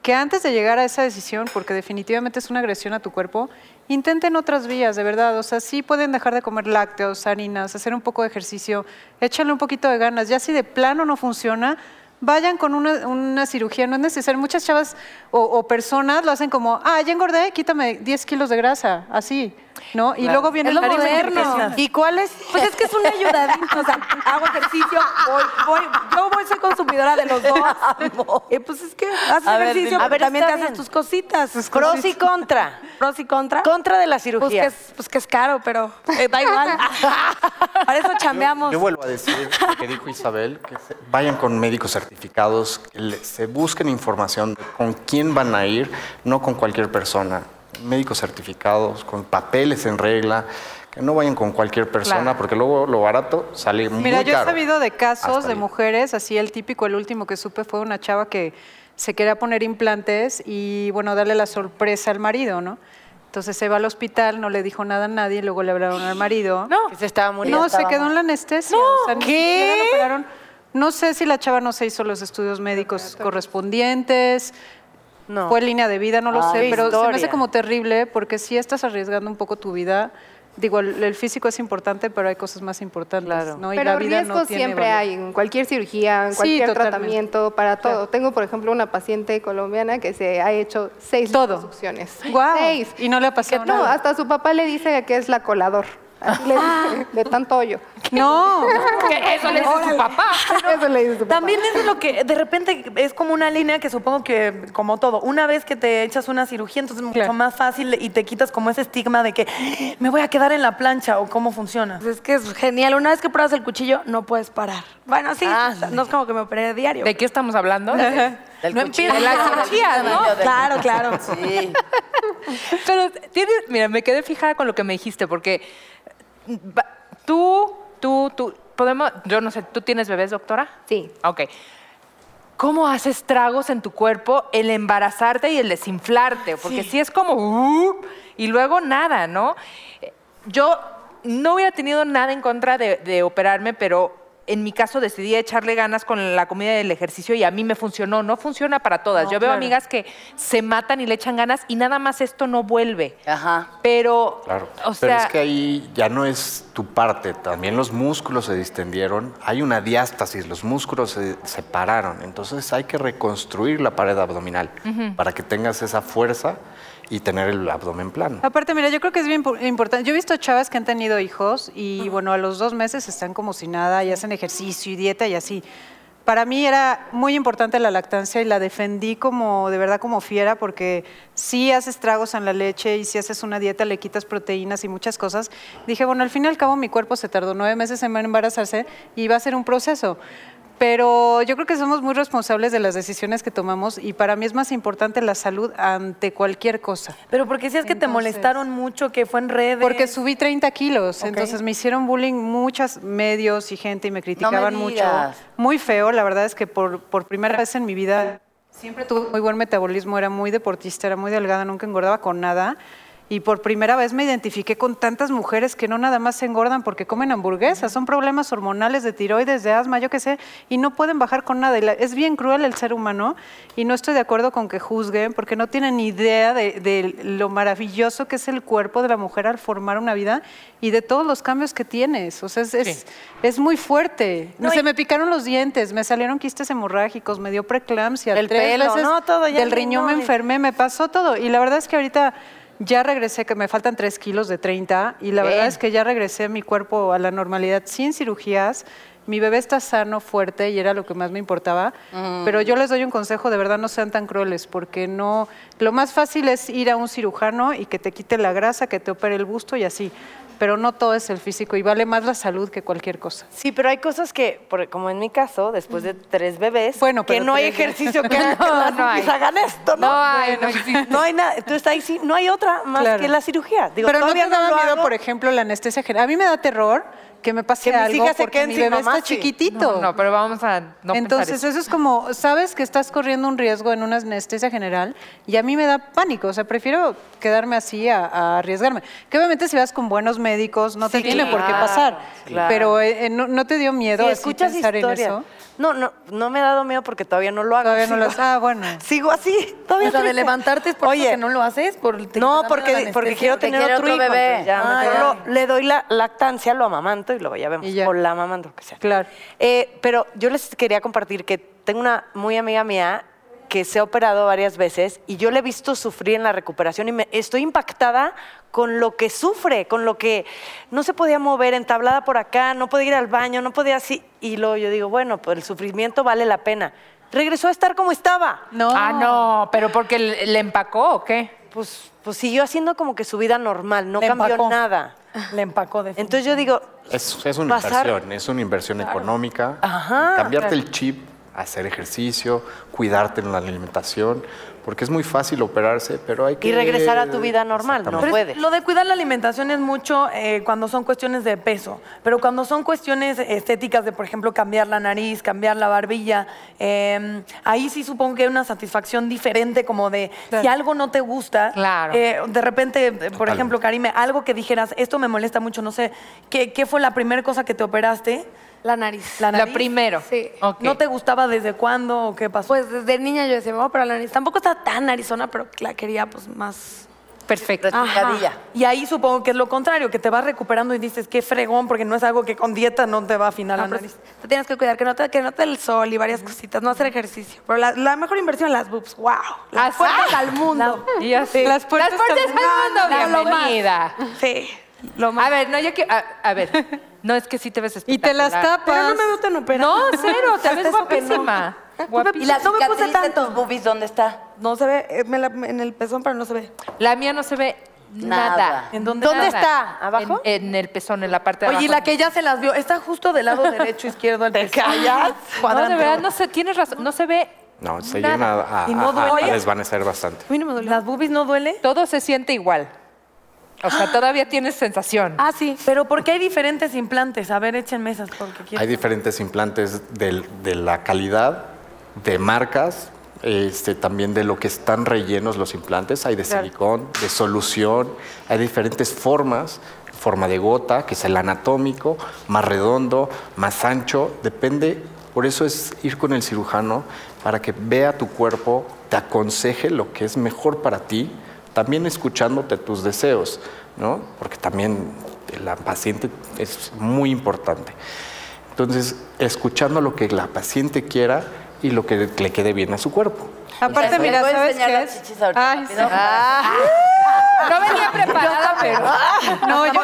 [SPEAKER 9] que antes de llegar a esa decisión, porque definitivamente es una agresión a tu cuerpo, intenten otras vías, de verdad. O sea, sí pueden dejar de comer lácteos, harinas, hacer un poco de ejercicio, échenle un poquito de ganas. Ya si de plano no funciona, vayan con una, una cirugía, no es necesario. Muchas chavas o, o personas lo hacen como, ah, ya engordé, quítame 10 kilos de grasa, así, ¿no? Y luego viene
[SPEAKER 4] Es lo
[SPEAKER 9] la
[SPEAKER 4] moderno.
[SPEAKER 9] alimentación. ¿Y cuál es?
[SPEAKER 5] Pues es que es una ayudadita, o sea, hago ejercicio, voy, voy, yo voy, soy consumidora de los dos.
[SPEAKER 8] Eh, pues es que...
[SPEAKER 5] Haces
[SPEAKER 2] A ver, dime.
[SPEAKER 5] ejercicio,
[SPEAKER 2] A
[SPEAKER 5] pero
[SPEAKER 2] ver,
[SPEAKER 5] también te
[SPEAKER 8] está
[SPEAKER 5] haces
[SPEAKER 8] bien.
[SPEAKER 5] tus cositas.
[SPEAKER 9] Tus
[SPEAKER 5] Pros y
[SPEAKER 9] cositas.
[SPEAKER 5] contra.
[SPEAKER 8] Pros y contras.
[SPEAKER 5] Contra de la
[SPEAKER 8] Pues que,
[SPEAKER 5] cirugía.
[SPEAKER 8] es, pues que es caro, pero eh, da igual. Para eso chambeamos.
[SPEAKER 6] Yo vuelvo a decir lo que dijo Isabel, que se- vayan con médicos certificados, que le- se busquen información de con quién van a ir, no con cualquier persona. Médicos certificados, con papeles en regla, que no vayan con cualquier persona,
[SPEAKER 9] Claro.
[SPEAKER 6] porque luego lo barato sale muy
[SPEAKER 9] Mira,
[SPEAKER 6] caro.
[SPEAKER 9] yo he sabido de casos
[SPEAKER 6] Hasta
[SPEAKER 9] de
[SPEAKER 6] ahí.
[SPEAKER 9] mujeres, así el típico, el último que supe fue una chava que se quería poner implantes y, bueno, darle la sorpresa al marido, ¿no? Entonces se va al hospital, no le dijo nada a nadie, luego le hablaron al marido.
[SPEAKER 5] No. Que se estaba muriendo.
[SPEAKER 9] No, se quedó en la anestesia. o sea, ni
[SPEAKER 5] ¿Qué?
[SPEAKER 9] siquiera la operaron. No sé si la chava no se hizo los estudios médicos correspondientes.
[SPEAKER 5] No.
[SPEAKER 9] Fue línea de vida, no lo
[SPEAKER 5] Ah,
[SPEAKER 9] sé,
[SPEAKER 5] qué
[SPEAKER 9] pero se me hace
[SPEAKER 5] historia.
[SPEAKER 9] como terrible porque sí estás arriesgando un poco tu vida. Digo, el, el físico es importante, pero hay cosas más importantes,
[SPEAKER 5] Claro.
[SPEAKER 9] ¿no? Y la
[SPEAKER 8] Pero
[SPEAKER 9] vida
[SPEAKER 8] riesgos
[SPEAKER 9] no tiene
[SPEAKER 8] siempre
[SPEAKER 9] valor.
[SPEAKER 8] hay en cualquier cirugía, en
[SPEAKER 9] Sí,
[SPEAKER 8] cualquier
[SPEAKER 9] totalmente.
[SPEAKER 8] tratamiento, para todo.
[SPEAKER 9] Claro.
[SPEAKER 8] Tengo, por ejemplo, una paciente colombiana que se ha hecho seis
[SPEAKER 9] Todo.
[SPEAKER 8] liposucciones.
[SPEAKER 9] Guau.
[SPEAKER 8] Seis.
[SPEAKER 9] Y no le ha pasado
[SPEAKER 8] Que no,
[SPEAKER 9] nada.
[SPEAKER 8] hasta su papá le dice que es la colador. Así le
[SPEAKER 9] Ah.
[SPEAKER 8] dice, de tanto hoyo.
[SPEAKER 9] No,
[SPEAKER 8] Eso le dice su papá. Eso le dice su papá.
[SPEAKER 4] También eso es lo que de repente es como una línea que supongo que, como todo, una vez que te echas una cirugía, entonces es mucho
[SPEAKER 9] Claro.
[SPEAKER 4] más fácil y te quitas como ese estigma de que "Ah, me voy a quedar en la plancha o cómo funciona.
[SPEAKER 11] Pues es que es genial. Una vez que pruebas el cuchillo, no puedes parar. Bueno, sí,
[SPEAKER 9] Ah.
[SPEAKER 11] no es como que me operé de diario.
[SPEAKER 1] ¿De qué estamos hablando? no empieza las cirugías, ¿no?
[SPEAKER 11] Claro, claro.
[SPEAKER 2] Sí.
[SPEAKER 1] Pero tienes, mira, me quedé fijada con lo que me dijiste, porque mm, va- tú, tú, tú, podemos, yo no sé, ¿tú tienes bebés, doctora?
[SPEAKER 8] Sí.
[SPEAKER 1] Ok. ¿Cómo haces tragos en tu cuerpo el embarazarte y el desinflarte? Porque si es como, "Uh", y luego nada, ¿no? Eh, Yo no hubiera tenido nada en contra de, de operarme, pero en mi caso decidí echarle ganas con la comida y el ejercicio y a mí me funcionó. No funciona para todas. Yo veo amigas que se matan y le echan ganas y nada más esto no vuelve.
[SPEAKER 2] Ajá.
[SPEAKER 1] Pero,
[SPEAKER 6] Claro.
[SPEAKER 1] o
[SPEAKER 6] Pero
[SPEAKER 1] sea,
[SPEAKER 6] es que ahí ya no es tu parte. También los músculos se distendieron. Hay una diástasis. Los músculos se separaron. Entonces hay que reconstruir la pared abdominal para que tengas esa fuerza y tener el abdomen plano.
[SPEAKER 9] Aparte, mira, yo creo que es bien impo- importante. Yo he visto chavas que han tenido hijos y, bueno, a los dos meses están como si nada y hacen ejercicio y dieta y así. Para mí era muy importante la lactancia y la defendí como, de verdad, como fiera, porque si haces tragos en la leche y si haces una dieta le quitas proteínas y muchas cosas. Dije, bueno, al fin y al cabo mi cuerpo se tardó nueve meses en embarazarse y va a ser un proceso. Pero yo creo que somos muy responsables de las decisiones que tomamos y para mí es más importante la salud ante cualquier cosa.
[SPEAKER 4] Pero porque si es que te
[SPEAKER 9] Entonces-
[SPEAKER 4] molestaron mucho, que fue en redes.
[SPEAKER 9] Porque subí 30 kilos, entonces me hicieron bullying muchas medios y gente y me criticaban mucho.
[SPEAKER 2] digas.
[SPEAKER 9] Muy feo, la verdad es que por, por primera vez en mi vida siempre tuve muy buen metabolismo, era muy deportista, era muy delgada, nunca engordaba con nada. Y por primera vez me identifiqué con tantas mujeres que no nada más se engordan porque comen hamburguesas, son problemas hormonales de tiroides, de asma, yo qué sé, y no pueden bajar con nada. Y la- es bien cruel el ser humano y no estoy de acuerdo con que juzguen porque no tienen idea de, de lo maravilloso que es el cuerpo de la mujer al formar una vida y de todos los cambios que tienes. O sea, es, es, es muy fuerte.
[SPEAKER 11] No,
[SPEAKER 9] Se
[SPEAKER 11] y-
[SPEAKER 9] me picaron los dientes, me salieron quistes hemorrágicos, me dio preeclampsia,
[SPEAKER 11] Del
[SPEAKER 9] tres
[SPEAKER 11] pelo,
[SPEAKER 9] veces
[SPEAKER 11] no, todo, ya
[SPEAKER 9] del
[SPEAKER 11] ni-
[SPEAKER 9] riñón me
[SPEAKER 11] no,
[SPEAKER 9] enfermé enfermé, me pasó todo. Y la verdad es que ahorita ya regresé, que me faltan 3 kilos de 30. Y la verdad es que ya regresé mi cuerpo a la normalidad sin cirugías. Mi bebé está sano, fuerte y era lo que más me importaba.
[SPEAKER 11] Mm.
[SPEAKER 9] Pero yo les doy un consejo, de verdad no sean tan crueles, porque no. Lo más fácil es ir a un cirujano y que te quite la grasa, que te opere el busto y así. Pero no todo es el físico y vale más la salud que cualquier cosa.
[SPEAKER 5] Sí, pero hay cosas que, por- como en mi caso, después de tres bebés,
[SPEAKER 9] Mm. Bueno,
[SPEAKER 5] que
[SPEAKER 9] pero
[SPEAKER 5] no hay
[SPEAKER 9] tres
[SPEAKER 5] ejercicio que hagan, que las
[SPEAKER 1] no hay.
[SPEAKER 5] mujeres hagan esto, ¿no?
[SPEAKER 1] No hay, no existe.
[SPEAKER 5] No hay nada. Entonces ahí sí, no hay otra más
[SPEAKER 9] Claro.
[SPEAKER 5] que la cirugía. Digo,
[SPEAKER 9] pero no
[SPEAKER 5] todavía
[SPEAKER 9] te daba
[SPEAKER 5] lo
[SPEAKER 9] miedo,
[SPEAKER 5] hago.
[SPEAKER 9] por ejemplo, la anestesia general. A mí me da terror que me pase
[SPEAKER 5] Que mis
[SPEAKER 9] algo
[SPEAKER 5] hijas se
[SPEAKER 9] porque
[SPEAKER 5] queden
[SPEAKER 9] mi
[SPEAKER 5] sin
[SPEAKER 9] bebé
[SPEAKER 5] mamá,
[SPEAKER 9] está
[SPEAKER 5] sí.
[SPEAKER 9] chiquitito.
[SPEAKER 1] No, no, pero vamos a no pensar
[SPEAKER 9] Entonces,
[SPEAKER 1] eso.
[SPEAKER 9] eso. es como, sabes que estás corriendo un riesgo en una anestesia general y a mí me da pánico, o sea, prefiero quedarme así a, a arriesgarme. Que obviamente si vas con buenos médicos no te tiene por qué
[SPEAKER 5] claro,
[SPEAKER 9] pasar,
[SPEAKER 5] claro.
[SPEAKER 9] pero eh, eh, no, ¿no te dio miedo
[SPEAKER 5] Sí,
[SPEAKER 9] así
[SPEAKER 5] escuchas
[SPEAKER 9] pensar
[SPEAKER 5] historia.
[SPEAKER 9] en eso.
[SPEAKER 5] No, no, no me ha dado miedo porque todavía no lo hago.
[SPEAKER 9] Todavía no lo
[SPEAKER 5] Sigo-
[SPEAKER 9] Ah, bueno.
[SPEAKER 5] Sigo así. Todavía
[SPEAKER 4] O sea, de
[SPEAKER 5] sigo.
[SPEAKER 4] levantarte es porque no lo haces. Por, te-
[SPEAKER 5] No,
[SPEAKER 4] te dan la
[SPEAKER 5] porque,
[SPEAKER 4] anestesia.
[SPEAKER 5] porque quiero
[SPEAKER 2] porque
[SPEAKER 5] tener
[SPEAKER 2] quiere
[SPEAKER 5] otro,
[SPEAKER 2] otro
[SPEAKER 5] hijo,
[SPEAKER 2] bebé.
[SPEAKER 5] entonces ya,
[SPEAKER 4] Ah,
[SPEAKER 5] mejor
[SPEAKER 4] ya.
[SPEAKER 5] lo- le doy la lactancia, lo amamanto y luego ya vemos.
[SPEAKER 9] Y ya.
[SPEAKER 5] O la amamanto, lo que sea.
[SPEAKER 9] Claro.
[SPEAKER 5] Eh, pero yo les quería compartir que tengo una muy amiga mía que se ha operado varias veces y yo le he visto sufrir en la recuperación y me, estoy impactada con lo que sufre, con lo que no se podía mover, entablada por acá, no podía ir al baño, no podía así. Y luego yo digo, bueno, pues el sufrimiento vale la pena. Regresó a estar como estaba.
[SPEAKER 9] No.
[SPEAKER 1] Ah, no, pero porque le, le empacó o qué?
[SPEAKER 5] Pues, pues siguió haciendo como que su vida normal, no
[SPEAKER 4] Le
[SPEAKER 5] cambió
[SPEAKER 4] empacó.
[SPEAKER 5] nada.
[SPEAKER 4] Le empacó de
[SPEAKER 5] Entonces yo digo,
[SPEAKER 6] Es, es una
[SPEAKER 5] Pasar-
[SPEAKER 6] inversión, es una inversión económica.
[SPEAKER 5] Ajá,
[SPEAKER 6] cambiarte el chip, hacer ejercicio, cuidarte en la alimentación, porque es muy fácil operarse, pero hay que...
[SPEAKER 5] regresar a tu vida normal, ¿no?
[SPEAKER 6] Exactamente.
[SPEAKER 4] Pero es-
[SPEAKER 5] puedes.
[SPEAKER 4] Lo de cuidar la alimentación es mucho eh, cuando son cuestiones de peso, pero cuando son cuestiones estéticas de, por ejemplo, cambiar la nariz, cambiar la barbilla, eh, ahí sí supongo que hay una satisfacción diferente como de si algo no te gusta,
[SPEAKER 1] Claro.
[SPEAKER 4] eh, de repente, eh, por ejemplo, Karime, algo que dijeras, esto me molesta mucho, no sé, ¿qué, qué fue la primera cosa que te operaste?
[SPEAKER 11] La nariz.
[SPEAKER 4] ¿La nariz?
[SPEAKER 1] primero.
[SPEAKER 11] Sí.
[SPEAKER 1] Ok.
[SPEAKER 4] ¿No te gustaba desde cuándo o qué pasó?
[SPEAKER 11] Pues desde niña yo decía, me voy a operar la nariz. Tampoco está tan narizona, pero la quería pues más...
[SPEAKER 1] Perfecto.
[SPEAKER 2] Picadilla.
[SPEAKER 9] Ah.
[SPEAKER 4] Y ahí supongo que es lo contrario, que te vas recuperando y dices, qué fregón, porque no es algo que con dieta no te va a afinar
[SPEAKER 8] Ah,
[SPEAKER 11] No,
[SPEAKER 4] la
[SPEAKER 11] pero
[SPEAKER 8] pues,
[SPEAKER 4] nariz.
[SPEAKER 11] sí, te tienes que cuidar, que no te, que no te el sol y varias cositas, no hacer ejercicio. Pero la, la mejor inversión, las boobs, wow. Las puertas al mundo.
[SPEAKER 1] Y ya sé.
[SPEAKER 9] Las puertas
[SPEAKER 1] Las puertas
[SPEAKER 9] también.
[SPEAKER 1] al
[SPEAKER 11] No, no,
[SPEAKER 1] mundo,
[SPEAKER 11] lo más.
[SPEAKER 1] bienvenida.
[SPEAKER 8] Ah.
[SPEAKER 11] Sí.
[SPEAKER 1] A ver, no, yo quiero... A, a ver, no, es que sí te ves
[SPEAKER 9] Y te las
[SPEAKER 1] espectacular.
[SPEAKER 9] tapas.
[SPEAKER 11] Pero no me veo tan operada.
[SPEAKER 1] No, cero, te ves
[SPEAKER 11] Hasta eso que no.
[SPEAKER 1] guapísima.
[SPEAKER 2] ¿Y
[SPEAKER 1] Guapísima.
[SPEAKER 2] la
[SPEAKER 11] No me puse
[SPEAKER 2] cicatriz de
[SPEAKER 11] tanto.
[SPEAKER 2] tus boobies dónde está?
[SPEAKER 11] No se ve, eh, me la- en el pezón, pero no se ve.
[SPEAKER 1] La mía no se ve nada.
[SPEAKER 2] Nada.
[SPEAKER 4] ¿En dónde
[SPEAKER 1] Nada.
[SPEAKER 5] está? ¿Abajo?
[SPEAKER 1] En, en el pezón, en la parte de
[SPEAKER 4] Oye,
[SPEAKER 1] abajo.
[SPEAKER 4] y la que ya se las vio, está justo del lado derecho, izquierdo, al callas?
[SPEAKER 1] No, de verdad, no sé, tienes razón, no se ve
[SPEAKER 6] No, se
[SPEAKER 1] nada.
[SPEAKER 6] llena a, a-
[SPEAKER 4] Y no
[SPEAKER 6] a- a
[SPEAKER 4] duele.
[SPEAKER 6] desvanecer bastante.
[SPEAKER 4] ¿Las boobies no duele?
[SPEAKER 1] Todo se siente igual. O sea, todavía tienes sensación.
[SPEAKER 11] Ah, sí.
[SPEAKER 4] Pero porque hay diferentes implantes. A ver, échenme esas porque quiero.
[SPEAKER 6] Hay diferentes implantes del- de la calidad, de marcas, este, también de lo que están rellenos los implantes. Hay de silicón, de solución, hay diferentes formas. Forma de gota, que es el anatómico, más redondo, más ancho, depende. Por eso es ir con el cirujano para que vea tu cuerpo, te aconseje lo que es mejor para ti, también escuchándote tus deseos, ¿no? Porque también la paciente es muy importante. Entonces, escuchando lo que la paciente quiera y lo que le quede bien a su cuerpo.
[SPEAKER 9] Aparte,
[SPEAKER 2] ¿Les
[SPEAKER 9] mira,
[SPEAKER 2] puedo
[SPEAKER 9] ¿sabes
[SPEAKER 2] enseñar
[SPEAKER 9] qué
[SPEAKER 2] las
[SPEAKER 9] es?
[SPEAKER 2] chichis ahorita,
[SPEAKER 9] Ay,
[SPEAKER 2] rápido? Ah.
[SPEAKER 9] sí.
[SPEAKER 1] No venía preparada, pero...
[SPEAKER 9] No, yo, yo-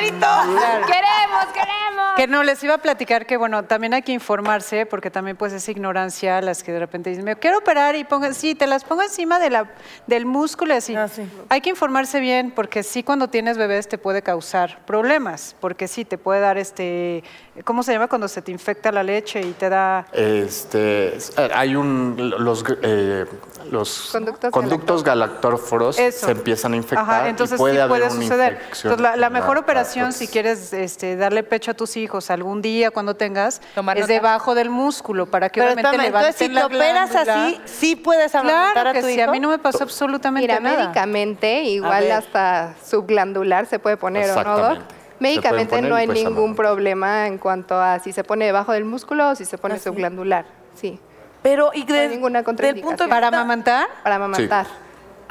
[SPEAKER 8] ¡Queremos, queremos!
[SPEAKER 9] Que no, les iba a platicar que, bueno, también hay que informarse, porque también pues es ignorancia las que de repente dicen, me quiero operar y pongan, sí, te las pongo encima de la, del músculo y así.
[SPEAKER 4] Ah, sí.
[SPEAKER 9] Hay que informarse bien, porque sí cuando tienes bebés te puede causar problemas, porque sí te puede dar este, ¿cómo se llama? Cuando se te infecta la leche y te da...
[SPEAKER 6] Este, es- eh, hay un, los, eh, los
[SPEAKER 8] Conductos
[SPEAKER 6] galactóforos
[SPEAKER 9] Eso.
[SPEAKER 6] se empiezan a infectar
[SPEAKER 9] Ajá, entonces
[SPEAKER 6] y puede
[SPEAKER 9] sí
[SPEAKER 6] haber
[SPEAKER 9] puede
[SPEAKER 6] una
[SPEAKER 9] suceder.
[SPEAKER 6] infección.
[SPEAKER 9] Entonces, la, la
[SPEAKER 6] en
[SPEAKER 9] mejor
[SPEAKER 6] la-
[SPEAKER 9] operación,
[SPEAKER 6] la-
[SPEAKER 9] si quieres este, darle pecho a tus hijos algún día cuando tengas,
[SPEAKER 1] Tomar
[SPEAKER 9] es
[SPEAKER 1] nota.
[SPEAKER 9] debajo del músculo para que
[SPEAKER 5] Pero
[SPEAKER 9] obviamente
[SPEAKER 5] espérame, entonces si
[SPEAKER 9] levanten la
[SPEAKER 5] te operas
[SPEAKER 9] glándula.
[SPEAKER 5] así, sí puedes amamantar
[SPEAKER 9] Claro
[SPEAKER 5] a
[SPEAKER 9] que
[SPEAKER 5] tu
[SPEAKER 9] sí,
[SPEAKER 5] hijo.
[SPEAKER 9] a mí no me pasó absolutamente
[SPEAKER 8] Mira,
[SPEAKER 9] nada.
[SPEAKER 8] médicamente, igual
[SPEAKER 5] ver.
[SPEAKER 8] hasta subglandular se puede poner, ¿o no, Doc?
[SPEAKER 6] Exactamente. Se
[SPEAKER 8] Médicamente
[SPEAKER 6] pueden poner
[SPEAKER 8] no
[SPEAKER 6] y
[SPEAKER 8] hay
[SPEAKER 6] puedes
[SPEAKER 8] ningún
[SPEAKER 6] amamantar.
[SPEAKER 8] problema en cuanto a si se pone debajo del músculo o si se pone subglandular. Sí,
[SPEAKER 11] Pero, y
[SPEAKER 8] no hay
[SPEAKER 11] desde
[SPEAKER 8] ninguna
[SPEAKER 11] del punto
[SPEAKER 8] contraindicación.
[SPEAKER 9] ¿Para amamantar?
[SPEAKER 8] para amamantar.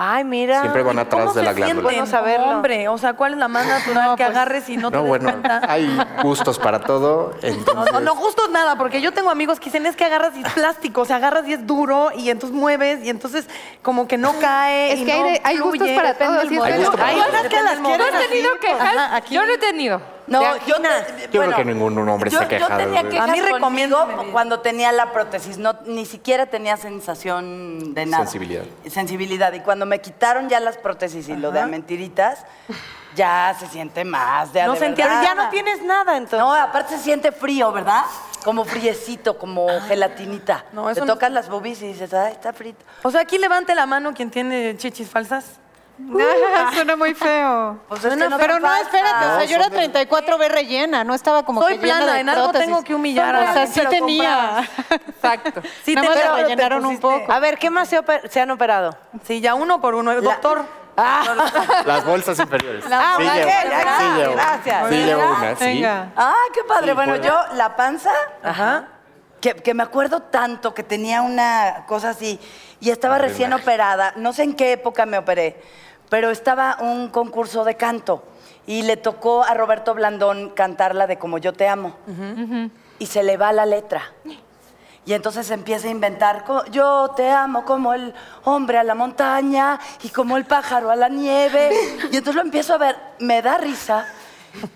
[SPEAKER 5] Ay, mira.
[SPEAKER 6] Siempre van atrás de la glándula.
[SPEAKER 4] No
[SPEAKER 5] Bueno, saberlo.
[SPEAKER 4] Hombre, o sea, ¿cuál es la más natural que agarres y no te
[SPEAKER 6] No,
[SPEAKER 4] des
[SPEAKER 6] bueno,
[SPEAKER 4] cuenta?
[SPEAKER 6] hay gustos para todo.
[SPEAKER 4] No,
[SPEAKER 6] Entonces,
[SPEAKER 4] no, no, justo nada, porque yo tengo amigos que dicen es que agarras y es plástico, o sea, agarras y es duro y entonces mueves y entonces como que no cae.
[SPEAKER 8] Es
[SPEAKER 4] y
[SPEAKER 8] que hay
[SPEAKER 4] no
[SPEAKER 8] de- hay gustos
[SPEAKER 4] fluye,
[SPEAKER 8] para
[SPEAKER 4] depende
[SPEAKER 8] todo,
[SPEAKER 4] del
[SPEAKER 8] sí, es
[SPEAKER 4] modelo.
[SPEAKER 6] Hay gusto para
[SPEAKER 4] Hay
[SPEAKER 6] todo.
[SPEAKER 4] unas que las
[SPEAKER 1] ¿Tú has
[SPEAKER 4] quieres
[SPEAKER 1] tenido
[SPEAKER 4] así,
[SPEAKER 1] quejas?
[SPEAKER 4] ajá, aquí.
[SPEAKER 1] Yo no he tenido.
[SPEAKER 2] No, yo,
[SPEAKER 6] Yo creo que ningún hombre se
[SPEAKER 2] yo- Yo
[SPEAKER 6] queja de-
[SPEAKER 2] tenía
[SPEAKER 6] A
[SPEAKER 2] quejas
[SPEAKER 4] mí
[SPEAKER 2] conmigo
[SPEAKER 4] recomiéndame.
[SPEAKER 2] cuando tenía la prótesis. No, ni siquiera tenía sensación de nada.
[SPEAKER 6] Sensibilidad.
[SPEAKER 2] Sensibilidad. Y cuando me quitaron ya las prótesis y lo de a mentiritas, ya se siente más. De a
[SPEAKER 4] No
[SPEAKER 2] de
[SPEAKER 4] sentía-
[SPEAKER 2] verdad.
[SPEAKER 5] Ya no tienes nada, entonces.
[SPEAKER 2] No, aparte se siente frío, ¿verdad? Como friecito, como gelatinita.
[SPEAKER 4] No, eso
[SPEAKER 2] Te
[SPEAKER 4] no-
[SPEAKER 2] tocas las boobies y dices, ay, está frito.
[SPEAKER 4] O sea, aquí levante la mano quien tiene chichis falsas.
[SPEAKER 9] Suena muy feo.
[SPEAKER 2] Pues es que
[SPEAKER 9] Suena
[SPEAKER 2] no
[SPEAKER 9] feo. pero
[SPEAKER 2] te
[SPEAKER 9] no,
[SPEAKER 2] pasa.
[SPEAKER 9] espérate, o sea,
[SPEAKER 6] No,
[SPEAKER 9] yo era
[SPEAKER 6] son de-
[SPEAKER 9] 34B rellena, no estaba como
[SPEAKER 4] Soy
[SPEAKER 9] que llena
[SPEAKER 4] plana,
[SPEAKER 9] de
[SPEAKER 4] en algo
[SPEAKER 9] prótesis.
[SPEAKER 4] tengo que humillar a
[SPEAKER 9] O sea,
[SPEAKER 4] alguien,
[SPEAKER 9] sí
[SPEAKER 4] pero
[SPEAKER 9] tenía.
[SPEAKER 1] Exacto.
[SPEAKER 4] Sí,
[SPEAKER 9] Nada
[SPEAKER 4] te-
[SPEAKER 9] más
[SPEAKER 4] pero
[SPEAKER 9] la
[SPEAKER 4] te
[SPEAKER 9] rellenaron un
[SPEAKER 4] pusiste-
[SPEAKER 6] Ah,
[SPEAKER 9] poco.
[SPEAKER 5] A ver, ¿qué más se, oper- se han operado?
[SPEAKER 4] Sí, ya uno por uno. Doctor,
[SPEAKER 6] las bolsas inferiores.
[SPEAKER 5] Ah,
[SPEAKER 6] sí,
[SPEAKER 5] ok,
[SPEAKER 6] llevo,
[SPEAKER 5] ya,
[SPEAKER 6] sí
[SPEAKER 5] gracias,
[SPEAKER 6] llevo-
[SPEAKER 5] gracias.
[SPEAKER 6] sí llevo una, sí.
[SPEAKER 9] Venga.
[SPEAKER 2] Ah, qué padre.
[SPEAKER 6] Sí,
[SPEAKER 2] bueno,
[SPEAKER 6] puedo.
[SPEAKER 2] yo la panza,
[SPEAKER 5] ¿Ah?
[SPEAKER 2] que, que me acuerdo tanto que tenía una cosa así y estaba
[SPEAKER 6] Ah, me
[SPEAKER 2] recién
[SPEAKER 6] imagino.
[SPEAKER 2] operada, no sé en qué época me operé, pero estaba un concurso de canto y le tocó a Roberto Blandón cantar la de Como yo te amo y se le va la letra. Y entonces empieza a inventar, co- yo te amo como el hombre a la montaña y como el pájaro a la nieve. Y entonces lo empiezo a ver, me da risa.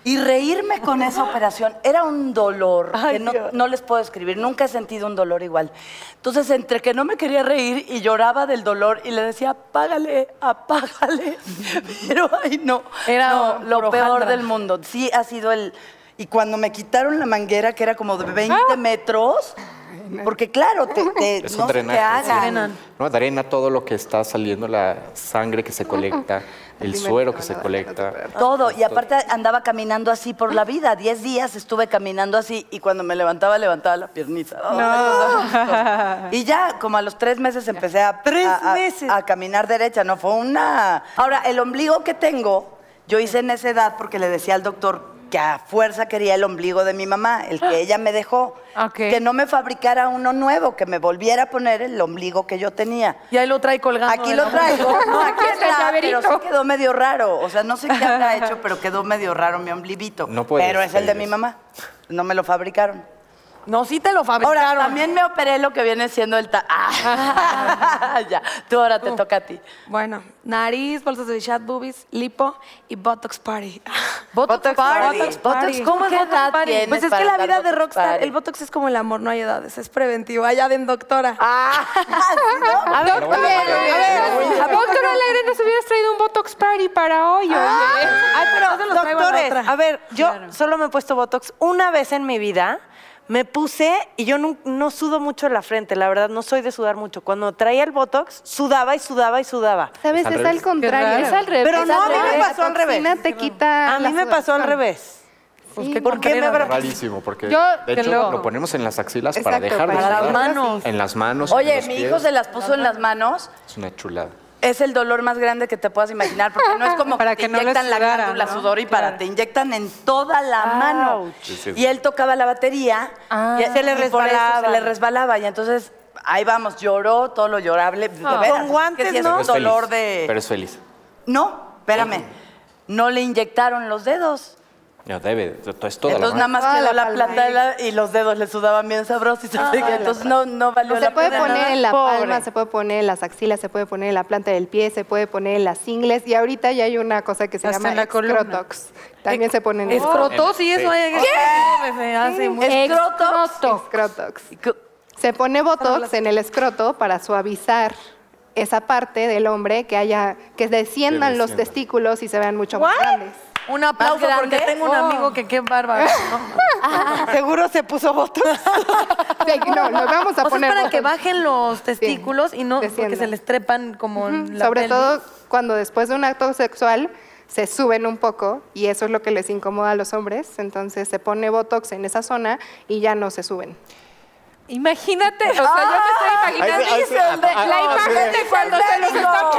[SPEAKER 2] Y reírme con esa operación era un dolor que no, no les puedo describir. Nunca he sentido un dolor igual. Entonces, entre que no me quería reír y lloraba del dolor y le decía, apágale, apágale. Pero, ay, no.
[SPEAKER 4] Era
[SPEAKER 2] No,
[SPEAKER 4] por
[SPEAKER 2] lo peor
[SPEAKER 4] hojaldra.
[SPEAKER 2] del mundo. Sí, ha sido el... Y cuando me quitaron la manguera, que era como de
[SPEAKER 4] Ah.
[SPEAKER 2] 20 metros, porque claro, te, te-
[SPEAKER 6] Es un
[SPEAKER 2] no sé qué
[SPEAKER 6] drenaje, sí.
[SPEAKER 2] hagan.
[SPEAKER 6] No, drena todo lo que está saliendo, la sangre que se colecta, el suero que se colecta.
[SPEAKER 2] Todo, y aparte andaba caminando así por la vida. Diez días estuve caminando así y cuando me levantaba, levantaba la piernita. Oh, una cosa. y ya, como a los tres meses empecé a,
[SPEAKER 11] Tres
[SPEAKER 2] a- a-
[SPEAKER 11] meses.
[SPEAKER 2] a caminar derecha, no fue una. Ahora, el ombligo que tengo, yo hice en esa edad porque le decía al doctor, que a fuerza quería el ombligo de mi mamá, el que ella me dejó.
[SPEAKER 1] Ok.
[SPEAKER 2] Que no me fabricara uno nuevo, que me volviera a poner el ombligo que yo tenía.
[SPEAKER 4] Y ahí lo trae colgando.
[SPEAKER 2] Aquí
[SPEAKER 4] de
[SPEAKER 2] lo
[SPEAKER 4] la-
[SPEAKER 2] traigo.
[SPEAKER 11] pues,
[SPEAKER 2] No,
[SPEAKER 1] En
[SPEAKER 2] aquí
[SPEAKER 1] el
[SPEAKER 2] está, pero sí
[SPEAKER 1] llaverito.
[SPEAKER 2] quedó medio raro. O sea, no sé qué habrá hecho, pero quedó medio raro mi ombliguito.
[SPEAKER 6] No puedes,
[SPEAKER 2] Pero es el de
[SPEAKER 6] Iris.
[SPEAKER 2] mi mamá. No me lo fabricaron.
[SPEAKER 4] No, sí te lo
[SPEAKER 11] Pues
[SPEAKER 4] fabricaron.
[SPEAKER 2] Ahora, también me operé lo que viene siendo el... ta- Ah. ya, tú ahora
[SPEAKER 11] Oh.
[SPEAKER 2] te toca a ti.
[SPEAKER 11] Bueno, nariz, bolsas de chat, boobies, lipo y Botox Party.
[SPEAKER 2] Botox, party.
[SPEAKER 11] Botox
[SPEAKER 2] Botox,
[SPEAKER 11] Party.
[SPEAKER 2] ¿cómo
[SPEAKER 11] ¿Qué
[SPEAKER 2] es edad
[SPEAKER 11] Party?
[SPEAKER 2] tienes
[SPEAKER 11] Pues es
[SPEAKER 2] para
[SPEAKER 11] que la
[SPEAKER 2] andar
[SPEAKER 11] vida de
[SPEAKER 2] Botox
[SPEAKER 11] rockstar,
[SPEAKER 2] Party?
[SPEAKER 11] el Botox es como el amor, no hay edades, es preventivo. Allá den doctora.
[SPEAKER 2] Ah,
[SPEAKER 1] A ver, a ver, ¿a poco no al aire nos hubieras traído un Botox Party para hoy? oye?
[SPEAKER 6] Ah.
[SPEAKER 5] Ay, pero
[SPEAKER 11] se los traigo a la
[SPEAKER 5] doctores,
[SPEAKER 11] otra.
[SPEAKER 5] a ver, yo solo me he puesto Botox una vez en mi vida. Me puse y yo no, no sudo mucho en la frente, la verdad, no soy de sudar mucho. Cuando traía el Botox, sudaba y sudaba y sudaba.
[SPEAKER 8] ¿Sabes?
[SPEAKER 6] al
[SPEAKER 8] Es
[SPEAKER 6] revés.
[SPEAKER 8] al contrario. Es al revés.
[SPEAKER 5] Pero no, a mí me
[SPEAKER 8] La
[SPEAKER 5] pasó al revés.
[SPEAKER 8] toxina te quita
[SPEAKER 5] A mí
[SPEAKER 8] la
[SPEAKER 5] me pasó al
[SPEAKER 8] sudoración.
[SPEAKER 5] revés.
[SPEAKER 8] Sí,
[SPEAKER 5] ¿Por qué me habrá
[SPEAKER 6] Rarísimo, porque
[SPEAKER 1] Yo,
[SPEAKER 6] de
[SPEAKER 1] te
[SPEAKER 6] hecho
[SPEAKER 1] lo-
[SPEAKER 6] lo ponemos en las axilas para
[SPEAKER 8] Exacto,
[SPEAKER 6] dejar de
[SPEAKER 8] para las
[SPEAKER 6] sudar.
[SPEAKER 8] manos.
[SPEAKER 6] En las manos. en
[SPEAKER 2] Oye,
[SPEAKER 6] los
[SPEAKER 2] mi
[SPEAKER 6] pies.
[SPEAKER 2] hijo se las puso en las manos.
[SPEAKER 6] Es una chulada.
[SPEAKER 2] Es el dolor más grande que te puedas imaginar, porque no es como
[SPEAKER 9] Para
[SPEAKER 2] te
[SPEAKER 9] que no le
[SPEAKER 2] inyectan la
[SPEAKER 9] sudara,
[SPEAKER 2] glándula
[SPEAKER 9] ¿no?
[SPEAKER 2] sudor y para, te inyectan en toda la mano.
[SPEAKER 6] Sí, sí.
[SPEAKER 2] Y él tocaba la batería y
[SPEAKER 5] Se le
[SPEAKER 2] y por eso
[SPEAKER 5] resbalaba.
[SPEAKER 2] Se le resbalaba y entonces ahí vamos, lloró todo lo llorable. de veras, es que
[SPEAKER 5] guantes,
[SPEAKER 2] sí es
[SPEAKER 5] ¿no?
[SPEAKER 6] Pero
[SPEAKER 2] un
[SPEAKER 6] es feliz,
[SPEAKER 2] dolor de...
[SPEAKER 6] Pero es feliz.
[SPEAKER 2] No, espérame, no le inyectaron los dedos.
[SPEAKER 6] No debe. Esto es toda
[SPEAKER 2] entonces
[SPEAKER 6] la
[SPEAKER 2] nada más
[SPEAKER 8] Toda
[SPEAKER 2] quedó
[SPEAKER 8] la
[SPEAKER 2] la,
[SPEAKER 8] palma.
[SPEAKER 2] plata de la- y los dedos le sudaban bien sabrosos.
[SPEAKER 5] Ah,
[SPEAKER 2] y entonces no, no valió
[SPEAKER 8] se
[SPEAKER 2] la
[SPEAKER 8] puede
[SPEAKER 2] pena
[SPEAKER 8] poner
[SPEAKER 2] nada.
[SPEAKER 8] en la
[SPEAKER 2] Pobre.
[SPEAKER 8] palma, se puede poner en las axilas, se puede poner en la planta del pie, se puede poner en las ingles y ahorita ya hay una cosa que se
[SPEAKER 9] Hasta en
[SPEAKER 8] llama
[SPEAKER 9] la columna.
[SPEAKER 8] escrotox.
[SPEAKER 11] Eh,
[SPEAKER 8] También se pone en el
[SPEAKER 4] Escrotó, sí, eso es. ¿Qué? Se hace muy...
[SPEAKER 8] escrotox. Escrotox. Se pone botox en el escroto para suavizar esa parte del hombre que haya que desciendan los
[SPEAKER 6] desciendan.
[SPEAKER 8] testículos y se vean mucho más grandes.
[SPEAKER 4] Un aplauso porque tengo un amigo que qué bárbaro.
[SPEAKER 5] Seguro se puso Botox.
[SPEAKER 8] Sí, no, nos vamos a
[SPEAKER 4] O sea,
[SPEAKER 8] poner
[SPEAKER 4] es para que
[SPEAKER 8] botox.
[SPEAKER 4] bajen los testículos y no porque
[SPEAKER 8] desciendan.
[SPEAKER 4] se les trepan como en la
[SPEAKER 8] Sobre
[SPEAKER 4] pelvis.
[SPEAKER 8] todo cuando después de un acto sexual se suben un poco y eso es lo que les incomoda a los hombres, entonces se pone botox en esa zona y ya no se suben.
[SPEAKER 1] Imagínate, o sea, yo me estoy imaginando
[SPEAKER 6] Ah, Ahí sí, ahí sí, ah,
[SPEAKER 1] la
[SPEAKER 6] ah,
[SPEAKER 1] imagen
[SPEAKER 6] sí.
[SPEAKER 1] de cuando se los está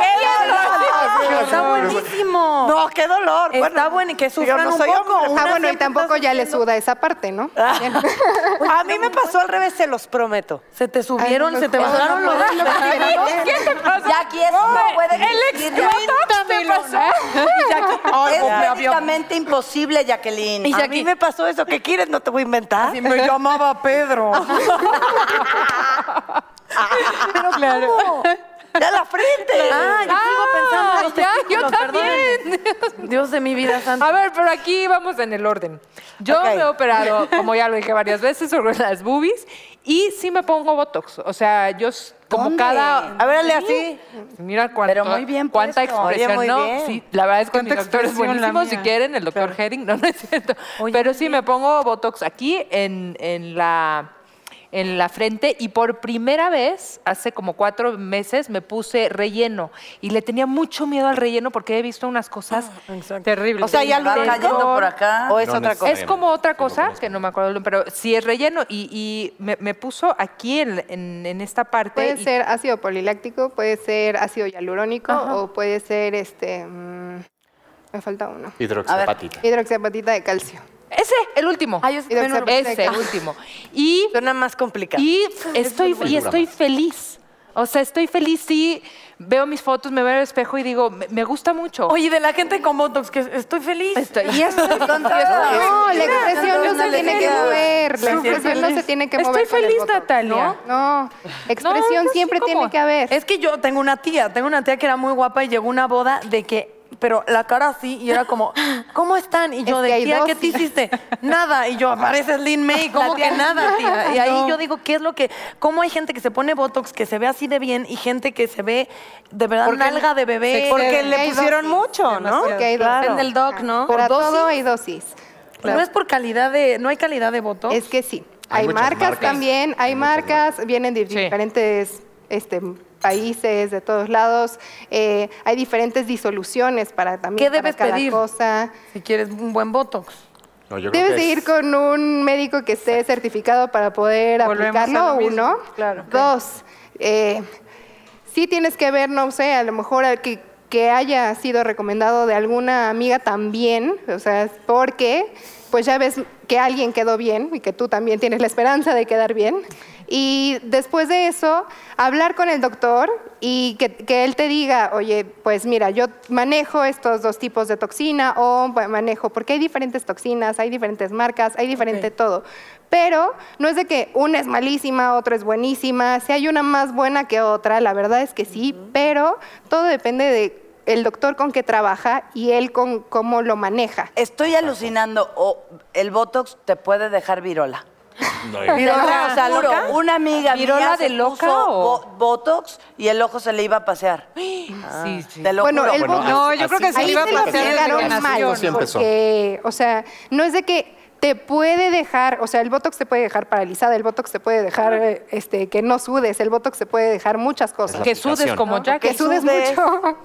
[SPEAKER 1] poniendo.
[SPEAKER 4] Está buenísimo.
[SPEAKER 5] No, qué dolor.
[SPEAKER 4] Está bueno y que sufran
[SPEAKER 5] no
[SPEAKER 4] un
[SPEAKER 5] soy
[SPEAKER 4] poco.
[SPEAKER 5] hombre,
[SPEAKER 8] Ah,
[SPEAKER 5] pero
[SPEAKER 8] bueno, y
[SPEAKER 5] siempre
[SPEAKER 8] tampoco
[SPEAKER 5] estás
[SPEAKER 8] ya le
[SPEAKER 5] diciendo-
[SPEAKER 8] suda esa parte, ¿no?
[SPEAKER 5] A mí me pasó al revés, se los prometo.
[SPEAKER 4] Se te subieron,
[SPEAKER 8] Ay,
[SPEAKER 4] se te
[SPEAKER 8] no,
[SPEAKER 4] bajaron
[SPEAKER 8] no,
[SPEAKER 4] los
[SPEAKER 8] no, no,
[SPEAKER 4] testículos.
[SPEAKER 1] ¿Qué te pasa?
[SPEAKER 2] Jackie, eso no puede
[SPEAKER 1] El
[SPEAKER 2] existir,
[SPEAKER 1] explota te pasó.
[SPEAKER 2] Es médicamente imposible, Jacqueline.
[SPEAKER 5] A mí me pasó eso. ¿Qué quieres? No te voy a inventar.
[SPEAKER 4] Me llamaba Pedro. Pero ¿cómo?
[SPEAKER 2] ¡De la frente!
[SPEAKER 4] Ah, yo sigo pensando en los
[SPEAKER 1] Ah, ya, yo
[SPEAKER 4] testículos,
[SPEAKER 1] también.
[SPEAKER 4] perdón. Dios de mi vida santa.
[SPEAKER 1] A ver, pero aquí vamos en el orden. Yo me he operado, como ya lo dije varias veces, sobre las boobies y sí me pongo botox. O sea, yo s- como
[SPEAKER 2] ¿Dónde?
[SPEAKER 1] cada.
[SPEAKER 5] A ver, hazle
[SPEAKER 1] Sí.
[SPEAKER 5] así.
[SPEAKER 1] Mira cuánto,
[SPEAKER 2] Pero muy bien
[SPEAKER 1] cuánta
[SPEAKER 2] puesto.
[SPEAKER 1] expresión,
[SPEAKER 5] Oye, muy
[SPEAKER 1] ¿no?
[SPEAKER 5] bien.
[SPEAKER 1] Sí, la verdad es que mi
[SPEAKER 9] Cuánta
[SPEAKER 1] doctor es
[SPEAKER 9] expresión la
[SPEAKER 1] buenísimo. Si
[SPEAKER 9] mía.
[SPEAKER 1] quieren, el doctor Herring, no, no es cierto. pero sí me pongo botox aquí en, en la en la frente y por primera vez hace como cuatro meses me puse relleno y le tenía mucho miedo al relleno porque he visto unas cosas terribles.
[SPEAKER 5] O sea, ya lo
[SPEAKER 2] Va cayendo por acá.
[SPEAKER 5] O es
[SPEAKER 6] No, no
[SPEAKER 5] otra
[SPEAKER 6] es-
[SPEAKER 5] cosa.
[SPEAKER 1] Es como otra cosa, que no me acuerdo, el nombre, pero sí es relleno y, y me, me puso aquí en, en- en esta parte.
[SPEAKER 8] Puede
[SPEAKER 1] y-
[SPEAKER 8] ser ácido poliláctico, puede ser ácido hialurónico o puede ser este mm, me falta uno.
[SPEAKER 6] Hidroxiapatita.
[SPEAKER 8] Hidroxiapatita de calcio.
[SPEAKER 1] Ese, el último.
[SPEAKER 11] Ay, yo sí también
[SPEAKER 8] Hidroxiapatita de
[SPEAKER 1] Ese, el
[SPEAKER 8] calcio.
[SPEAKER 1] último. Y
[SPEAKER 5] Suena más complicado.
[SPEAKER 1] Y estoy, y estoy feliz. O sea, estoy feliz sí, veo mis fotos, me veo en el espejo y digo, me, me gusta mucho.
[SPEAKER 4] Oye, de la gente con Botox, que estoy feliz.
[SPEAKER 1] Estoy- y estoy, y estoy-
[SPEAKER 8] No, la expresión no se tiene que mover. La expresión no se tiene que mover.
[SPEAKER 1] estoy
[SPEAKER 8] con el
[SPEAKER 1] feliz,
[SPEAKER 8] botón.
[SPEAKER 1] Natalia.
[SPEAKER 8] No,
[SPEAKER 1] No,
[SPEAKER 8] expresión
[SPEAKER 1] yo sí
[SPEAKER 8] siempre
[SPEAKER 1] como-
[SPEAKER 8] tiene que haber.
[SPEAKER 4] Es que yo tengo una tía, tengo una tía que era muy guapa y llegó a una boda de que, pero la cara así, y era como, ¿cómo están? Y yo,
[SPEAKER 8] Es que
[SPEAKER 4] de
[SPEAKER 8] hay
[SPEAKER 4] tía,
[SPEAKER 8] dos.
[SPEAKER 4] ¿qué te hiciste? Nada. Y yo, apareces Lin May, como que nada, tía. Y ahí yo digo, ¿qué es lo que, cómo hay gente que se pone Botox que se ve así de bien y gente que se ve de verdad nalga de bebé?
[SPEAKER 5] Porque
[SPEAKER 8] Porque
[SPEAKER 5] le
[SPEAKER 8] hay
[SPEAKER 5] pusieron
[SPEAKER 8] dosis.
[SPEAKER 5] mucho, ¿no?
[SPEAKER 8] Porque hay dosis.
[SPEAKER 11] Depende del doc, ¿no?
[SPEAKER 8] Para
[SPEAKER 4] Por dosis.
[SPEAKER 8] todo hay dosis.
[SPEAKER 4] No es por calidad de, no hay calidad de Botox.
[SPEAKER 8] Es que sí.
[SPEAKER 6] Hay
[SPEAKER 8] Hay,
[SPEAKER 6] muchas
[SPEAKER 8] marcas,
[SPEAKER 6] marcas.
[SPEAKER 8] también, hay,
[SPEAKER 6] Hay muchas
[SPEAKER 8] marcas, vienen de diferentes este, países, de todos lados. eh, hay diferentes disoluciones para también
[SPEAKER 4] ¿Qué
[SPEAKER 8] para
[SPEAKER 4] debes
[SPEAKER 8] cada
[SPEAKER 4] pedir?
[SPEAKER 8] cosa.
[SPEAKER 4] Si quieres un buen Botox.
[SPEAKER 6] No, yo creo
[SPEAKER 8] Debes
[SPEAKER 6] que
[SPEAKER 8] de
[SPEAKER 6] es-
[SPEAKER 8] ir con un médico que esté certificado para poder
[SPEAKER 9] Volvemos a
[SPEAKER 8] aplicarlo,
[SPEAKER 9] lo mismo,
[SPEAKER 8] uno. Dos, eh, sí tienes que ver, no sé, a lo mejor al que, que haya sido recomendado de alguna amiga también, o sea, porque pues ya ves que alguien quedó bien y que tú también tienes la esperanza de quedar bien. Y después de eso, hablar con el doctor y que, que él te diga, oye, pues mira, yo manejo estos dos tipos de toxina o bueno, manejo, porque hay diferentes toxinas, hay diferentes marcas, hay diferente todo. Pero no es de que una es malísima, otra es buenísima, si hay una más buena que otra, la verdad es que sí, pero todo depende de el doctor con que trabaja y él con cómo lo maneja.
[SPEAKER 2] Estoy alucinando. O el Botox te puede dejar virola.
[SPEAKER 5] Virola, o sea,
[SPEAKER 2] Juro,
[SPEAKER 5] loca.
[SPEAKER 2] Una amiga
[SPEAKER 1] ¿Virola
[SPEAKER 2] mía
[SPEAKER 1] de
[SPEAKER 2] se
[SPEAKER 1] loca
[SPEAKER 2] puso
[SPEAKER 1] o?
[SPEAKER 2] bo- Botox y el ojo se le iba a pasear.
[SPEAKER 1] Sí, sí.
[SPEAKER 2] Te lo
[SPEAKER 8] Bueno,
[SPEAKER 2] juro.
[SPEAKER 6] Ah,
[SPEAKER 8] el Botox-
[SPEAKER 9] No, yo creo que se
[SPEAKER 8] Ahí
[SPEAKER 9] le iba a
[SPEAKER 8] se lo
[SPEAKER 9] pasar
[SPEAKER 8] llegaron
[SPEAKER 9] desde que
[SPEAKER 8] mal,
[SPEAKER 9] nació.
[SPEAKER 6] Así empezó.
[SPEAKER 8] porque, o sea, no es de que te puede dejar, o sea, el botox te puede dejar paralizada, el botox te puede dejar eh, este que no sudes, el botox te puede dejar muchas cosas.
[SPEAKER 1] Que sudes como Jack.
[SPEAKER 8] que sudes
[SPEAKER 2] sudes.
[SPEAKER 8] mucho.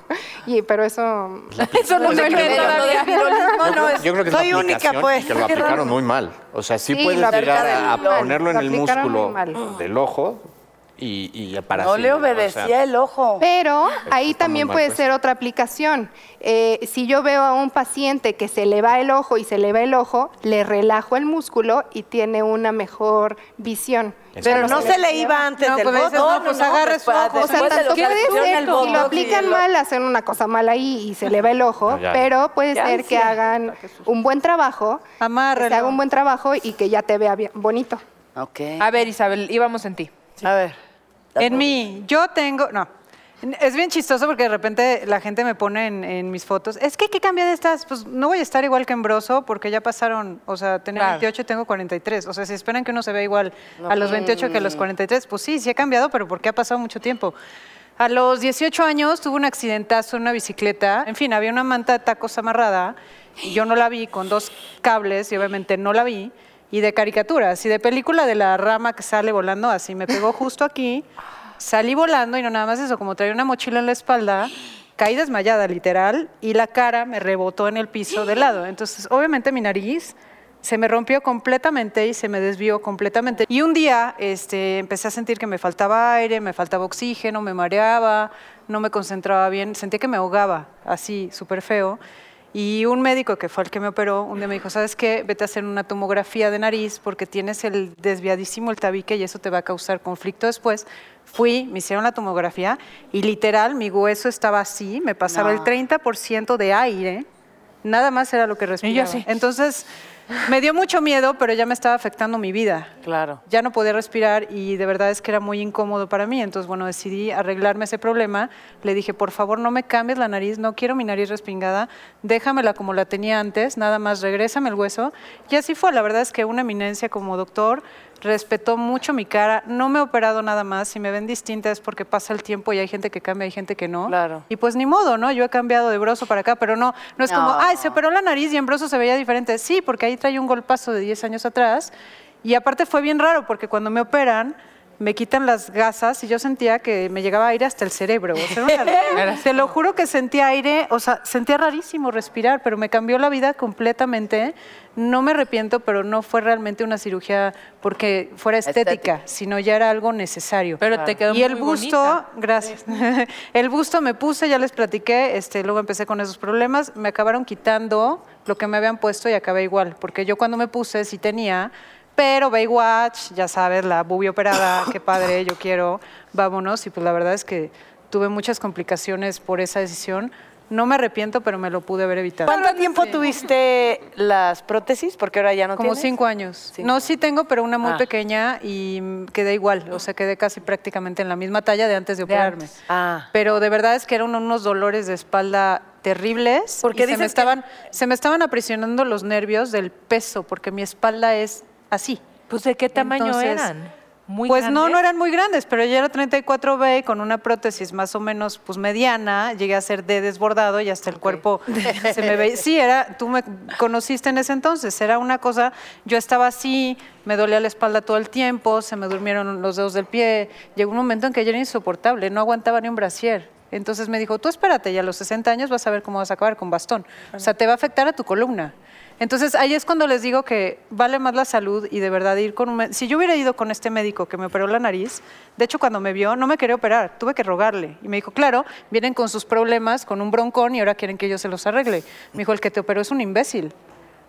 [SPEAKER 8] y pero eso
[SPEAKER 1] Eso no se cree
[SPEAKER 2] Pero lo
[SPEAKER 1] todavía.
[SPEAKER 2] del virolismo
[SPEAKER 6] Yo,
[SPEAKER 2] no
[SPEAKER 6] creo,
[SPEAKER 2] es-
[SPEAKER 6] yo creo que es
[SPEAKER 5] soy
[SPEAKER 6] una
[SPEAKER 5] única,
[SPEAKER 6] aplicación
[SPEAKER 5] pues.
[SPEAKER 6] que lo
[SPEAKER 5] Qué
[SPEAKER 6] aplicaron
[SPEAKER 5] raro.
[SPEAKER 6] muy mal. O sea, sí,
[SPEAKER 8] Sí,
[SPEAKER 6] puedes
[SPEAKER 8] lo
[SPEAKER 6] llegar a,
[SPEAKER 8] aplicaron muy mal,
[SPEAKER 6] ponerlo en
[SPEAKER 8] lo
[SPEAKER 6] el
[SPEAKER 8] aplicaron muy
[SPEAKER 6] músculo
[SPEAKER 8] mal.
[SPEAKER 6] del ojo y, y a
[SPEAKER 2] No
[SPEAKER 6] parasitar,
[SPEAKER 2] le
[SPEAKER 6] o sea,
[SPEAKER 2] obedecía el ojo.
[SPEAKER 8] Pero
[SPEAKER 6] está
[SPEAKER 8] ahí
[SPEAKER 6] muy
[SPEAKER 8] también
[SPEAKER 6] mal,
[SPEAKER 8] puede
[SPEAKER 6] pues.
[SPEAKER 8] ser otra aplicación. Eh, si yo veo a un paciente que se le va el ojo y se le va el ojo, le relajo el músculo y tiene una mejor visión.
[SPEAKER 5] Pero no se le iba antes
[SPEAKER 9] No,
[SPEAKER 5] del
[SPEAKER 9] pues,
[SPEAKER 5] voto.
[SPEAKER 9] no, pues agarra su
[SPEAKER 2] después-
[SPEAKER 9] ojo.
[SPEAKER 8] O sea,
[SPEAKER 2] después de
[SPEAKER 8] tanto
[SPEAKER 2] lo que
[SPEAKER 8] puede
[SPEAKER 2] le pusieron
[SPEAKER 8] ser,
[SPEAKER 2] el
[SPEAKER 8] si
[SPEAKER 2] Botox
[SPEAKER 8] lo
[SPEAKER 2] y
[SPEAKER 8] aplican
[SPEAKER 2] lo-
[SPEAKER 8] mal, hacen una cosa mal ahí y se le va el ojo,
[SPEAKER 6] No, ya, ya.
[SPEAKER 8] pero puede
[SPEAKER 2] Ya,
[SPEAKER 8] ser
[SPEAKER 2] sí.
[SPEAKER 8] que hagan un buen trabajo, que se
[SPEAKER 9] Amárralo.
[SPEAKER 8] haga un buen trabajo y que ya te vea bien, bonito.
[SPEAKER 2] Ok.
[SPEAKER 1] A ver, Isabel, íbamos en ti.
[SPEAKER 2] A ver.
[SPEAKER 9] En mí, yo tengo. No. Es bien chistoso porque de repente la gente me pone en, en mis fotos. Es que, ¿qué cambia de estas? Pues no voy a estar igual que en Broso porque ya pasaron. O sea, tenía
[SPEAKER 1] Claro.
[SPEAKER 9] 28 y tengo 43. O sea, si esperan que uno se vea igual a los 28 que a los 43, pues sí, sí he cambiado, pero porque ha pasado mucho tiempo. A los 18 años tuve un accidentazo en una bicicleta. En fin, había una manta de tacos amarrada. Y yo no la vi con dos cables y obviamente no la vi. Y de caricaturas y de película de la rama que sale volando así. Me pegó justo aquí. Salí volando y no nada más eso, como traía una mochila en la espalda, caí desmayada literal y la cara me rebotó en el piso de lado. Entonces, obviamente mi nariz se me rompió completamente y se me desvió completamente. Y un día este, empecé a sentir que me faltaba aire, me faltaba oxígeno, me mareaba, no me concentraba bien, sentía que me ahogaba, así, súper feo. Y un médico que fue el que me operó, un día me dijo, ¿sabes qué? Vete a hacer una tomografía de nariz porque tienes el desviadísimo el tabique y eso te va a causar conflicto después. Fui, me hicieron la tomografía y literal mi hueso estaba así, me pasaba el 30% de aire, nada más era lo que respiraba.
[SPEAKER 1] así.
[SPEAKER 9] Entonces me dio mucho miedo, pero ya me estaba afectando mi vida
[SPEAKER 2] Claro.
[SPEAKER 9] ya no podía respirar y de verdad es que era muy incómodo para mí. Entonces, bueno, decidí arreglarme ese problema. Le dije, por favor, no me cambies la nariz, no quiero mi nariz respingada, déjamela como la tenía antes, nada más regrésame el hueso. Y así fue, la verdad es que una eminencia como doctor respetó mucho mi cara, no me he operado nada más, si me ven distinta es porque pasa el tiempo y hay gente que cambia, hay gente que no.
[SPEAKER 2] Claro.
[SPEAKER 9] Y pues ni modo, ¿no? Yo he cambiado de broso para acá, pero no, no es como,
[SPEAKER 2] No.
[SPEAKER 9] ay, se operó la nariz y en broso se veía diferente. Sí, porque ahí trae un golpazo de 10 años atrás. Y aparte fue bien raro, porque cuando me operan, me quitan las gasas y yo sentía que me llegaba aire hasta el cerebro. O sea, era una- te lo juro que sentía aire, o sea, sentía rarísimo respirar, pero me cambió la vida completamente. No me arrepiento, pero no fue realmente una cirugía porque fuera estética,
[SPEAKER 2] Estética.
[SPEAKER 9] sino ya era algo necesario.
[SPEAKER 1] Pero te quedó
[SPEAKER 9] Y el
[SPEAKER 1] muy
[SPEAKER 9] busto,
[SPEAKER 1] bonita.
[SPEAKER 9] gracias. El busto me puse, ya les platiqué, este, luego empecé con esos problemas, me acabaron quitando lo que me habían puesto y acabé igual, porque yo cuando me puse sí tenía, pero Baywatch, ya sabes, la bubi operada, qué padre, yo quiero, vámonos, y pues la verdad es que tuve muchas complicaciones por esa decisión. No me arrepiento, pero me lo pude haber evitado.
[SPEAKER 5] ¿Cuánto tiempo tuviste las prótesis? Porque ahora ya no
[SPEAKER 9] Como
[SPEAKER 5] tienes.
[SPEAKER 9] cinco Ah. años. No, sí tengo, pero una muy pequeña y mm, quedé igual. O sea, quedé casi prácticamente en la misma talla de antes de operarme.
[SPEAKER 5] Ah.
[SPEAKER 9] Pero de verdad es que eran unos dolores de espalda terribles.
[SPEAKER 5] Porque
[SPEAKER 9] y se
[SPEAKER 5] dices que-
[SPEAKER 9] me estaban, se me estaban aprisionando los nervios del peso, porque mi espalda es así.
[SPEAKER 1] Pues, ¿de qué tamaño
[SPEAKER 9] Entonces,
[SPEAKER 1] eran? ¿Muy
[SPEAKER 9] pues no, no
[SPEAKER 1] grandes?
[SPEAKER 9] eran muy grandes, pero yo era 34B y con una prótesis más o menos pues mediana, llegué a ser de desbordado y hasta el cuerpo se me veía. Sí, era, tú me conociste en ese entonces, era una cosa, yo estaba así, me dolía la espalda todo el tiempo, se me durmieron los dedos del pie, llegó un momento en que yo era insoportable, no aguantaba ni un brasier. Entonces me dijo, tú espérate, ya a los 60 años vas a ver cómo vas a acabar con bastón. O sea, te va a afectar a tu columna. Entonces, ahí es cuando les digo que vale más la salud y de verdad ir con un... mé- Si yo hubiera ido con este médico que me operó la nariz, de hecho cuando me vio no me quería operar, tuve que rogarle. Y me dijo, claro, vienen con sus problemas, con un broncón y ahora quieren que yo se los arregle. Me dijo, el que te operó es un imbécil.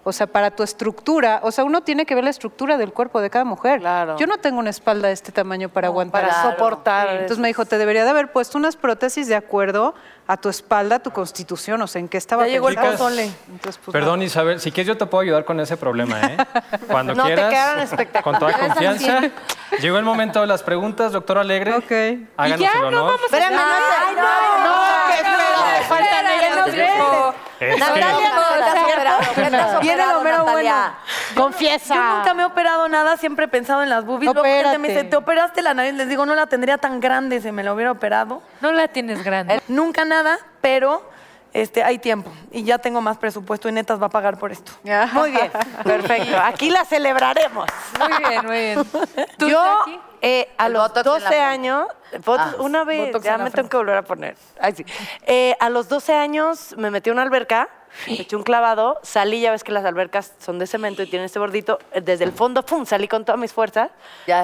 [SPEAKER 9] O sea, para tu estructura, o sea, uno tiene que ver la estructura del cuerpo de cada mujer.
[SPEAKER 5] Claro.
[SPEAKER 9] Yo no tengo una espalda de este tamaño para aguantar.
[SPEAKER 5] para
[SPEAKER 9] eso.
[SPEAKER 5] soportar
[SPEAKER 9] Sí. Entonces
[SPEAKER 5] eso.
[SPEAKER 9] me dijo, te debería de haber puesto unas prótesis de acuerdo a tu espalda, a tu constitución, o sea, en qué estaba.
[SPEAKER 4] Ya llegó el
[SPEAKER 9] pensando.
[SPEAKER 4] pozole.
[SPEAKER 9] Entonces, pues,
[SPEAKER 3] Perdón,
[SPEAKER 9] no.
[SPEAKER 3] Isabel, si quieres yo te puedo ayudar con ese problema, ¿eh? Cuando
[SPEAKER 5] No, te
[SPEAKER 3] quieras.
[SPEAKER 5] quedaron espectaculares
[SPEAKER 3] Con toda
[SPEAKER 5] al
[SPEAKER 3] confianza. Llegó el momento de las preguntas, doctor Alegre.
[SPEAKER 9] Ok.
[SPEAKER 3] Háganos
[SPEAKER 1] Y ya,
[SPEAKER 3] el
[SPEAKER 1] no
[SPEAKER 3] honor.
[SPEAKER 1] vamos
[SPEAKER 5] Espérame, no, te-
[SPEAKER 9] qué
[SPEAKER 5] no,
[SPEAKER 9] feo,
[SPEAKER 5] no,
[SPEAKER 9] me faltan
[SPEAKER 5] espérame,
[SPEAKER 9] ellas,
[SPEAKER 5] no,
[SPEAKER 9] Diego.
[SPEAKER 5] no.
[SPEAKER 3] Es que-
[SPEAKER 5] Natalia,
[SPEAKER 4] Viene lo mero bueno.
[SPEAKER 5] Confiesa.
[SPEAKER 4] Yo nunca me he operado nada, siempre he pensado en las boobies. Luego la gente me dice,
[SPEAKER 5] Opérate.
[SPEAKER 4] ¿te operaste la nariz? Les digo, no la tendría tan grande si me la hubiera operado.
[SPEAKER 1] No la tienes grande.
[SPEAKER 4] Nunca nada, pero este, hay tiempo. Y ya tengo más presupuesto y netas va a pagar por esto.
[SPEAKER 5] Muy bien, perfecto. Aquí la celebraremos.
[SPEAKER 1] Muy bien, muy bien. ¿Tú,
[SPEAKER 5] Yo,
[SPEAKER 1] Jackie?
[SPEAKER 5] eh, a
[SPEAKER 2] El
[SPEAKER 5] los
[SPEAKER 2] botox en la
[SPEAKER 5] 12
[SPEAKER 2] frente.
[SPEAKER 5] años, botox-
[SPEAKER 2] Ah,
[SPEAKER 5] una vez,
[SPEAKER 4] botox en
[SPEAKER 5] ya me
[SPEAKER 4] la
[SPEAKER 5] tengo
[SPEAKER 4] frente.
[SPEAKER 5] que volver a poner. Ay, sí. Eh, a los 12 años me metí a una alberca, me eché un clavado, salí, ya ves que las albercas son de cemento y tienen este bordito, eh, desde el fondo, ¡pum!, salí con todas mis fuerzas,
[SPEAKER 2] Ya,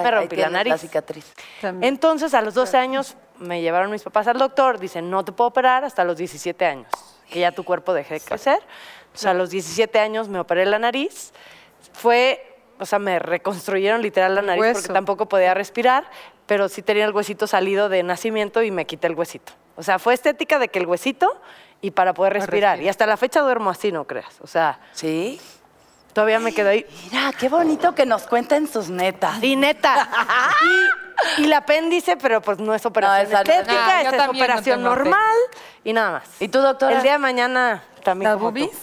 [SPEAKER 5] me
[SPEAKER 2] ahí
[SPEAKER 5] rompí la
[SPEAKER 2] tienes La
[SPEAKER 5] nariz.
[SPEAKER 2] cicatriz.
[SPEAKER 9] También.
[SPEAKER 5] Entonces, a los 12 años me llevaron mis papás al doctor, dicen, no te puedo operar hasta los 17 años, que ya tu cuerpo deje de crecer. Pues a los 17 años me operé la nariz, fue, o sea, me reconstruyeron literal la nariz
[SPEAKER 9] hueso.
[SPEAKER 5] porque tampoco podía respirar, pero sí tenía el huesito salido de nacimiento y me quité el huesito. O sea, fue estética de que el huesito y para poder respirar. Y hasta la fecha duermo así, no creas. O sea,
[SPEAKER 2] ¿Sí?
[SPEAKER 5] todavía me quedo ahí.
[SPEAKER 2] Mira, qué bonito que nos cuenten sus netas.
[SPEAKER 5] Sí, neta. y, y la apéndice, pero pues no es operación
[SPEAKER 2] esa no.
[SPEAKER 5] estética,
[SPEAKER 1] Nah, yo
[SPEAKER 5] esa es
[SPEAKER 1] también no
[SPEAKER 5] operación
[SPEAKER 1] tengo
[SPEAKER 5] normal y nada más.
[SPEAKER 2] ¿Y tú, doctora?
[SPEAKER 5] El día de mañana también.
[SPEAKER 4] ¿Las
[SPEAKER 5] como tú.
[SPEAKER 4] boobies?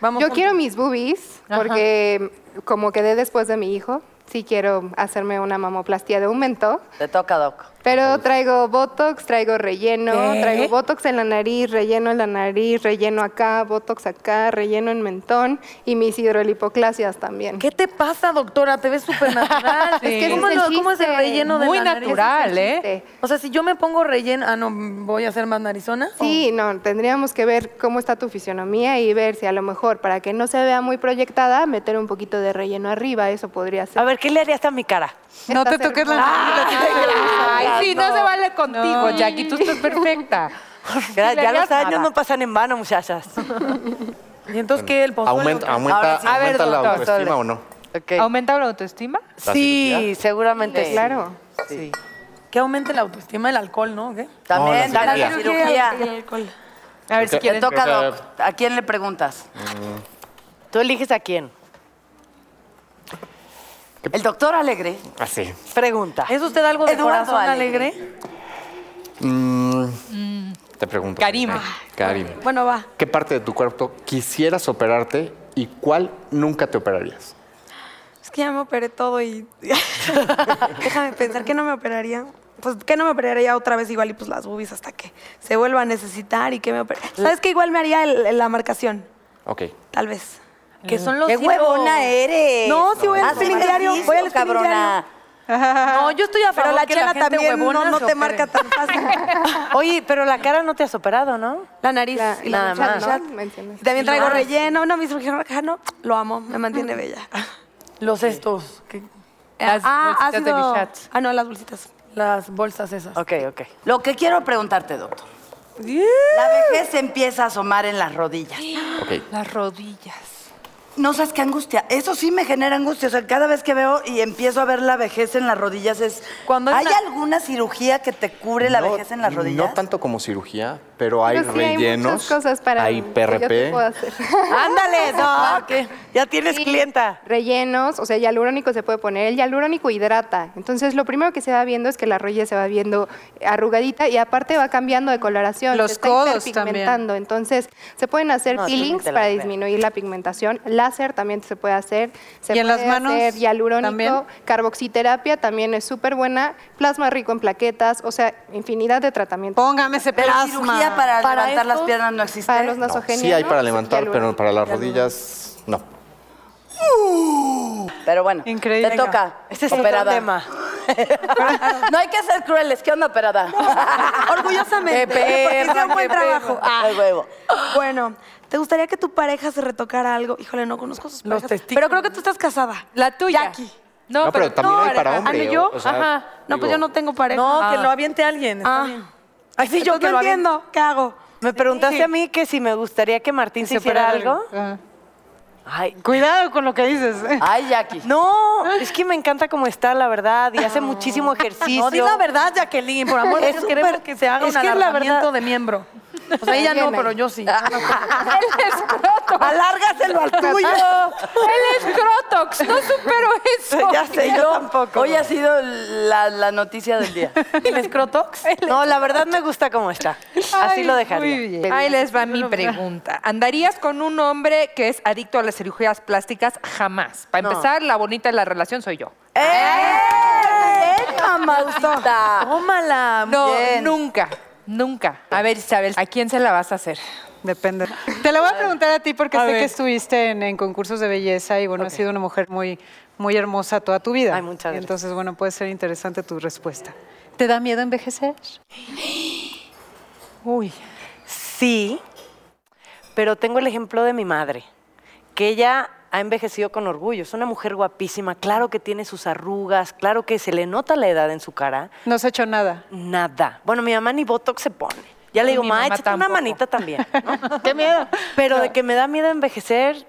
[SPEAKER 4] Vamos
[SPEAKER 8] Yo
[SPEAKER 4] juntos.
[SPEAKER 8] quiero mis boobies porque como quedé después de mi hijo, sí quiero hacerme una mamoplastía de aumento,
[SPEAKER 2] Te toca, doc.
[SPEAKER 8] pero traigo botox, traigo relleno, traigo botox en la nariz, relleno en la nariz, relleno acá, botox acá, relleno en mentón y mis hidrolipoclasias también.
[SPEAKER 4] ¿Qué te pasa, doctora? Te ves súper natural.
[SPEAKER 8] Es que ese
[SPEAKER 4] ¿Cómo,
[SPEAKER 8] es el
[SPEAKER 4] lo- cómo es el
[SPEAKER 8] chiste.
[SPEAKER 4] relleno de
[SPEAKER 1] Muy
[SPEAKER 4] la nariz?
[SPEAKER 1] natural,
[SPEAKER 8] Ese es el
[SPEAKER 1] ¿eh?
[SPEAKER 8] chiste.
[SPEAKER 4] O sea, si yo me pongo relleno... Ah, no, ¿voy a ser más narizona?
[SPEAKER 8] Sí, no, tendríamos que ver cómo está tu fisionomía y ver si a lo mejor para que no se vea muy proyectada, meter un poquito de relleno arriba, eso podría ser.
[SPEAKER 5] A ver, ¿qué le harías a mi cara?
[SPEAKER 9] No te
[SPEAKER 8] Está
[SPEAKER 9] toques la
[SPEAKER 8] cerca.
[SPEAKER 9] nariz.
[SPEAKER 1] Ay, sí, no. se vale contigo, Jackie. Tú estás perfecta.
[SPEAKER 5] Ya,
[SPEAKER 1] le
[SPEAKER 5] ya los
[SPEAKER 1] harías nada.
[SPEAKER 5] años no pasan en vano, muchachas.
[SPEAKER 4] ¿Y entonces qué? ¿El pozuelo?
[SPEAKER 6] ¿Aumenta,
[SPEAKER 5] Ahora
[SPEAKER 6] aumenta,
[SPEAKER 5] sí.
[SPEAKER 6] aumenta
[SPEAKER 5] A ver,
[SPEAKER 6] la
[SPEAKER 5] doctor,
[SPEAKER 6] autoestima
[SPEAKER 5] doctor.
[SPEAKER 6] o no?
[SPEAKER 1] ¿Aumenta la autoestima?
[SPEAKER 6] ¿La
[SPEAKER 5] Sí,
[SPEAKER 6] cirugía?
[SPEAKER 5] seguramente.
[SPEAKER 8] Claro.
[SPEAKER 4] Que aumente la autoestima el alcohol, ¿no? ¿O ¿Qué?
[SPEAKER 2] También,
[SPEAKER 6] No, la
[SPEAKER 2] también
[SPEAKER 6] cirugía.
[SPEAKER 2] cirugía.
[SPEAKER 1] A ver si
[SPEAKER 6] Ok.
[SPEAKER 2] Te
[SPEAKER 1] quieres.
[SPEAKER 2] toca,
[SPEAKER 6] Creo
[SPEAKER 2] doc. ¿A quién le preguntas?
[SPEAKER 5] ¿Tú eliges a quién?
[SPEAKER 2] El doctor Alegre.
[SPEAKER 6] Así.
[SPEAKER 5] Pregunta.
[SPEAKER 4] ¿Es usted algo de
[SPEAKER 2] Eduardo
[SPEAKER 4] corazón
[SPEAKER 2] Alegre.
[SPEAKER 4] alegre?
[SPEAKER 6] Mm, Te pregunto.
[SPEAKER 1] Karim.
[SPEAKER 6] Karima. Karim.
[SPEAKER 4] Ah,
[SPEAKER 11] Bueno, va.
[SPEAKER 6] ¿Qué parte de tu cuerpo quisieras operarte y cuál nunca te operarías?
[SPEAKER 11] Es que ya me operé todo y. Déjame pensar, ¿qué no me operaría? Pues, ¿qué no me operaría otra vez igual y pues las boobies hasta que se vuelva a necesitar y que me operaría? ¿Sabes qué? Igual me haría el- la marcación,
[SPEAKER 6] Ok.
[SPEAKER 11] tal vez.
[SPEAKER 4] Que son los
[SPEAKER 2] ¡Qué huevona eres!
[SPEAKER 11] No, sí voy al
[SPEAKER 2] Haz
[SPEAKER 11] spinning diario,
[SPEAKER 2] ejercicio,
[SPEAKER 11] voy al spinning
[SPEAKER 2] cabrona.
[SPEAKER 4] No, yo estoy a favor
[SPEAKER 11] Pero la
[SPEAKER 4] que la
[SPEAKER 11] chela
[SPEAKER 4] gente
[SPEAKER 11] también no,
[SPEAKER 4] huevona
[SPEAKER 11] no
[SPEAKER 4] se
[SPEAKER 11] te marca
[SPEAKER 4] opere.
[SPEAKER 11] tan fácil.
[SPEAKER 5] Oye, pero la cara no te has operado, ¿no?
[SPEAKER 11] La nariz
[SPEAKER 8] La-
[SPEAKER 11] y
[SPEAKER 8] la
[SPEAKER 11] la
[SPEAKER 8] chat,
[SPEAKER 11] muchacha.
[SPEAKER 8] ¿no? Mencionas.
[SPEAKER 11] Y también traigo
[SPEAKER 4] Ah, sí.
[SPEAKER 11] relleno. No, mi cirugía no, lo amo, me mantiene bella. Eh,
[SPEAKER 4] Los estos. que-
[SPEAKER 1] Las bolsitas de
[SPEAKER 11] ácido-
[SPEAKER 1] Bichat.
[SPEAKER 11] Ah, no, las bolsitas.
[SPEAKER 4] las bolsas esas.
[SPEAKER 5] Ok, ok.
[SPEAKER 2] Lo que quiero preguntarte, doctor. La vejez se empieza a asomar en las rodillas.
[SPEAKER 6] Ok.
[SPEAKER 1] Las rodillas.
[SPEAKER 2] No sabes qué angustia. Eso sí me genera angustia. O sea, cada vez que veo y empiezo a ver la vejez en las rodillas es.
[SPEAKER 4] Cuando es
[SPEAKER 2] ¿Hay
[SPEAKER 4] una-
[SPEAKER 2] alguna cirugía que te cure la
[SPEAKER 6] No-
[SPEAKER 2] vejez en las rodillas?
[SPEAKER 6] No tanto como cirugía, pero hay
[SPEAKER 8] Pero sí, hay
[SPEAKER 6] rellenos.
[SPEAKER 8] muchas cosas para
[SPEAKER 6] hay
[SPEAKER 8] que yo te
[SPEAKER 6] PRP.
[SPEAKER 8] puedo hacer.
[SPEAKER 5] Ándale, no. Ya tienes
[SPEAKER 8] Sí,
[SPEAKER 5] clienta.
[SPEAKER 8] Rellenos, o sea, hialurónico se puede poner. El hialurónico hidrata. Entonces, lo primero que se va viendo es que la rodilla se va viendo arrugadita y aparte va cambiando de coloración.
[SPEAKER 9] Los
[SPEAKER 8] se está
[SPEAKER 9] codos
[SPEAKER 8] hiperpigmentando. Entonces, se pueden hacer
[SPEAKER 5] No, sí,
[SPEAKER 8] peelings
[SPEAKER 5] te la
[SPEAKER 8] para
[SPEAKER 5] creo.
[SPEAKER 8] disminuir la pigmentación. Láser también se puede hacer. Se
[SPEAKER 9] ¿Y en
[SPEAKER 8] puede
[SPEAKER 9] las manos
[SPEAKER 8] hacer hialurónico.
[SPEAKER 9] también?
[SPEAKER 8] Carboxiterapia también es súper buena. Plasma rico en plaquetas. O sea, infinidad de tratamientos.
[SPEAKER 9] Póngame ese
[SPEAKER 2] Pero
[SPEAKER 9] plasma.
[SPEAKER 2] cirugía para,
[SPEAKER 11] Para
[SPEAKER 2] levantar las
[SPEAKER 11] esto,
[SPEAKER 2] piernas no existe.
[SPEAKER 8] Para los
[SPEAKER 6] No,
[SPEAKER 8] nasogenianos.
[SPEAKER 6] sí hay para levantar, pero
[SPEAKER 8] hialurónico.
[SPEAKER 6] para las rodillas no.
[SPEAKER 2] Pero bueno,
[SPEAKER 9] Increíble.
[SPEAKER 2] te toca.
[SPEAKER 5] Ese es
[SPEAKER 2] operada.
[SPEAKER 5] otro tema.
[SPEAKER 2] no hay que ser crueles. ¿Qué onda, operada?
[SPEAKER 11] Orgullosamente. porque hice un buen trabajo. Ah,
[SPEAKER 2] Ay, huevo.
[SPEAKER 11] Bueno, ¿te gustaría que tu pareja se retocara algo? Híjole, no conozco sus
[SPEAKER 4] Los
[SPEAKER 11] parejas.
[SPEAKER 4] testículos.
[SPEAKER 11] Pero creo que tú estás casada.
[SPEAKER 1] La tuya.
[SPEAKER 11] Jackie.
[SPEAKER 6] No, pero también hay para
[SPEAKER 11] Ah,
[SPEAKER 6] hombre,
[SPEAKER 11] ¿no, yo?
[SPEAKER 6] o- o sea,
[SPEAKER 11] Ajá. No, pues
[SPEAKER 6] digo-
[SPEAKER 11] yo no tengo pareja.
[SPEAKER 4] No,
[SPEAKER 11] Ah.
[SPEAKER 4] que lo aviente alguien. está
[SPEAKER 11] Ah.
[SPEAKER 4] bien.
[SPEAKER 11] Ay, sí, yo
[SPEAKER 4] que
[SPEAKER 11] no
[SPEAKER 4] lo aviente.
[SPEAKER 11] entiendo. ¿Qué hago?
[SPEAKER 5] Me preguntaste a mí que si me gustaría que Martín se hiciera algo. Ay, Ah,
[SPEAKER 9] Cuidado con lo que dices.
[SPEAKER 2] Ay, Jackie.
[SPEAKER 5] no, es que me encanta cómo está, la verdad, y hace muchísimo ejercicio.
[SPEAKER 4] No, di la verdad, Jacqueline, por amor de
[SPEAKER 5] Es
[SPEAKER 4] Dios,
[SPEAKER 5] súper-
[SPEAKER 4] queremos que se haga
[SPEAKER 5] es
[SPEAKER 4] un
[SPEAKER 5] que es la
[SPEAKER 4] alargamiento
[SPEAKER 5] verdad.
[SPEAKER 4] de miembro. O sea, ella no, pero yo sí.
[SPEAKER 1] El escroto.
[SPEAKER 2] Alárgaselo al tuyo.
[SPEAKER 1] El escrotox. No supero eso.
[SPEAKER 2] ya sé, yo tampoco. Hoy ha sido la, la noticia del día.
[SPEAKER 4] ¿El escrotox?
[SPEAKER 5] No, la verdad me gusta cómo está. Así
[SPEAKER 1] Ay,
[SPEAKER 5] lo
[SPEAKER 1] muy
[SPEAKER 5] dejaría.
[SPEAKER 1] bien. Ahí les va mi pregunta. ¿Andarías con un hombre que es adicto a las cirugías plásticas? Jamás. Para
[SPEAKER 5] No.
[SPEAKER 1] empezar, la bonita de la relación soy yo.
[SPEAKER 2] ¡Eh! mamacita!
[SPEAKER 4] Tómala.
[SPEAKER 1] No,
[SPEAKER 2] Bien.
[SPEAKER 1] nunca, nunca. A ver, Isabel, ¿a quién se la vas a hacer?
[SPEAKER 9] Depende. Te la voy a preguntar a ti porque
[SPEAKER 5] A
[SPEAKER 9] sé
[SPEAKER 5] ver.
[SPEAKER 9] que estuviste en, en concursos de belleza y bueno, has sido una mujer muy, muy hermosa toda tu vida.
[SPEAKER 5] Ay, muchas gracias.
[SPEAKER 9] Entonces, bueno, puede ser interesante tu respuesta. ¿Te da miedo envejecer?
[SPEAKER 1] Uy.
[SPEAKER 5] Sí, pero tengo el ejemplo de mi madre, que ella ha envejecido con orgullo. Es una mujer guapísima, claro que tiene sus arrugas, claro que se le nota la edad en su cara.
[SPEAKER 9] No has hecho nada.
[SPEAKER 5] Nada. Bueno, mi mamá ni Botox se pone. Ya le
[SPEAKER 1] Y
[SPEAKER 5] digo,
[SPEAKER 1] mi
[SPEAKER 5] ma,
[SPEAKER 1] mamá
[SPEAKER 5] échate una
[SPEAKER 1] tampoco".
[SPEAKER 5] manita también. ¡Qué miedo! Pero de que me da miedo envejecer,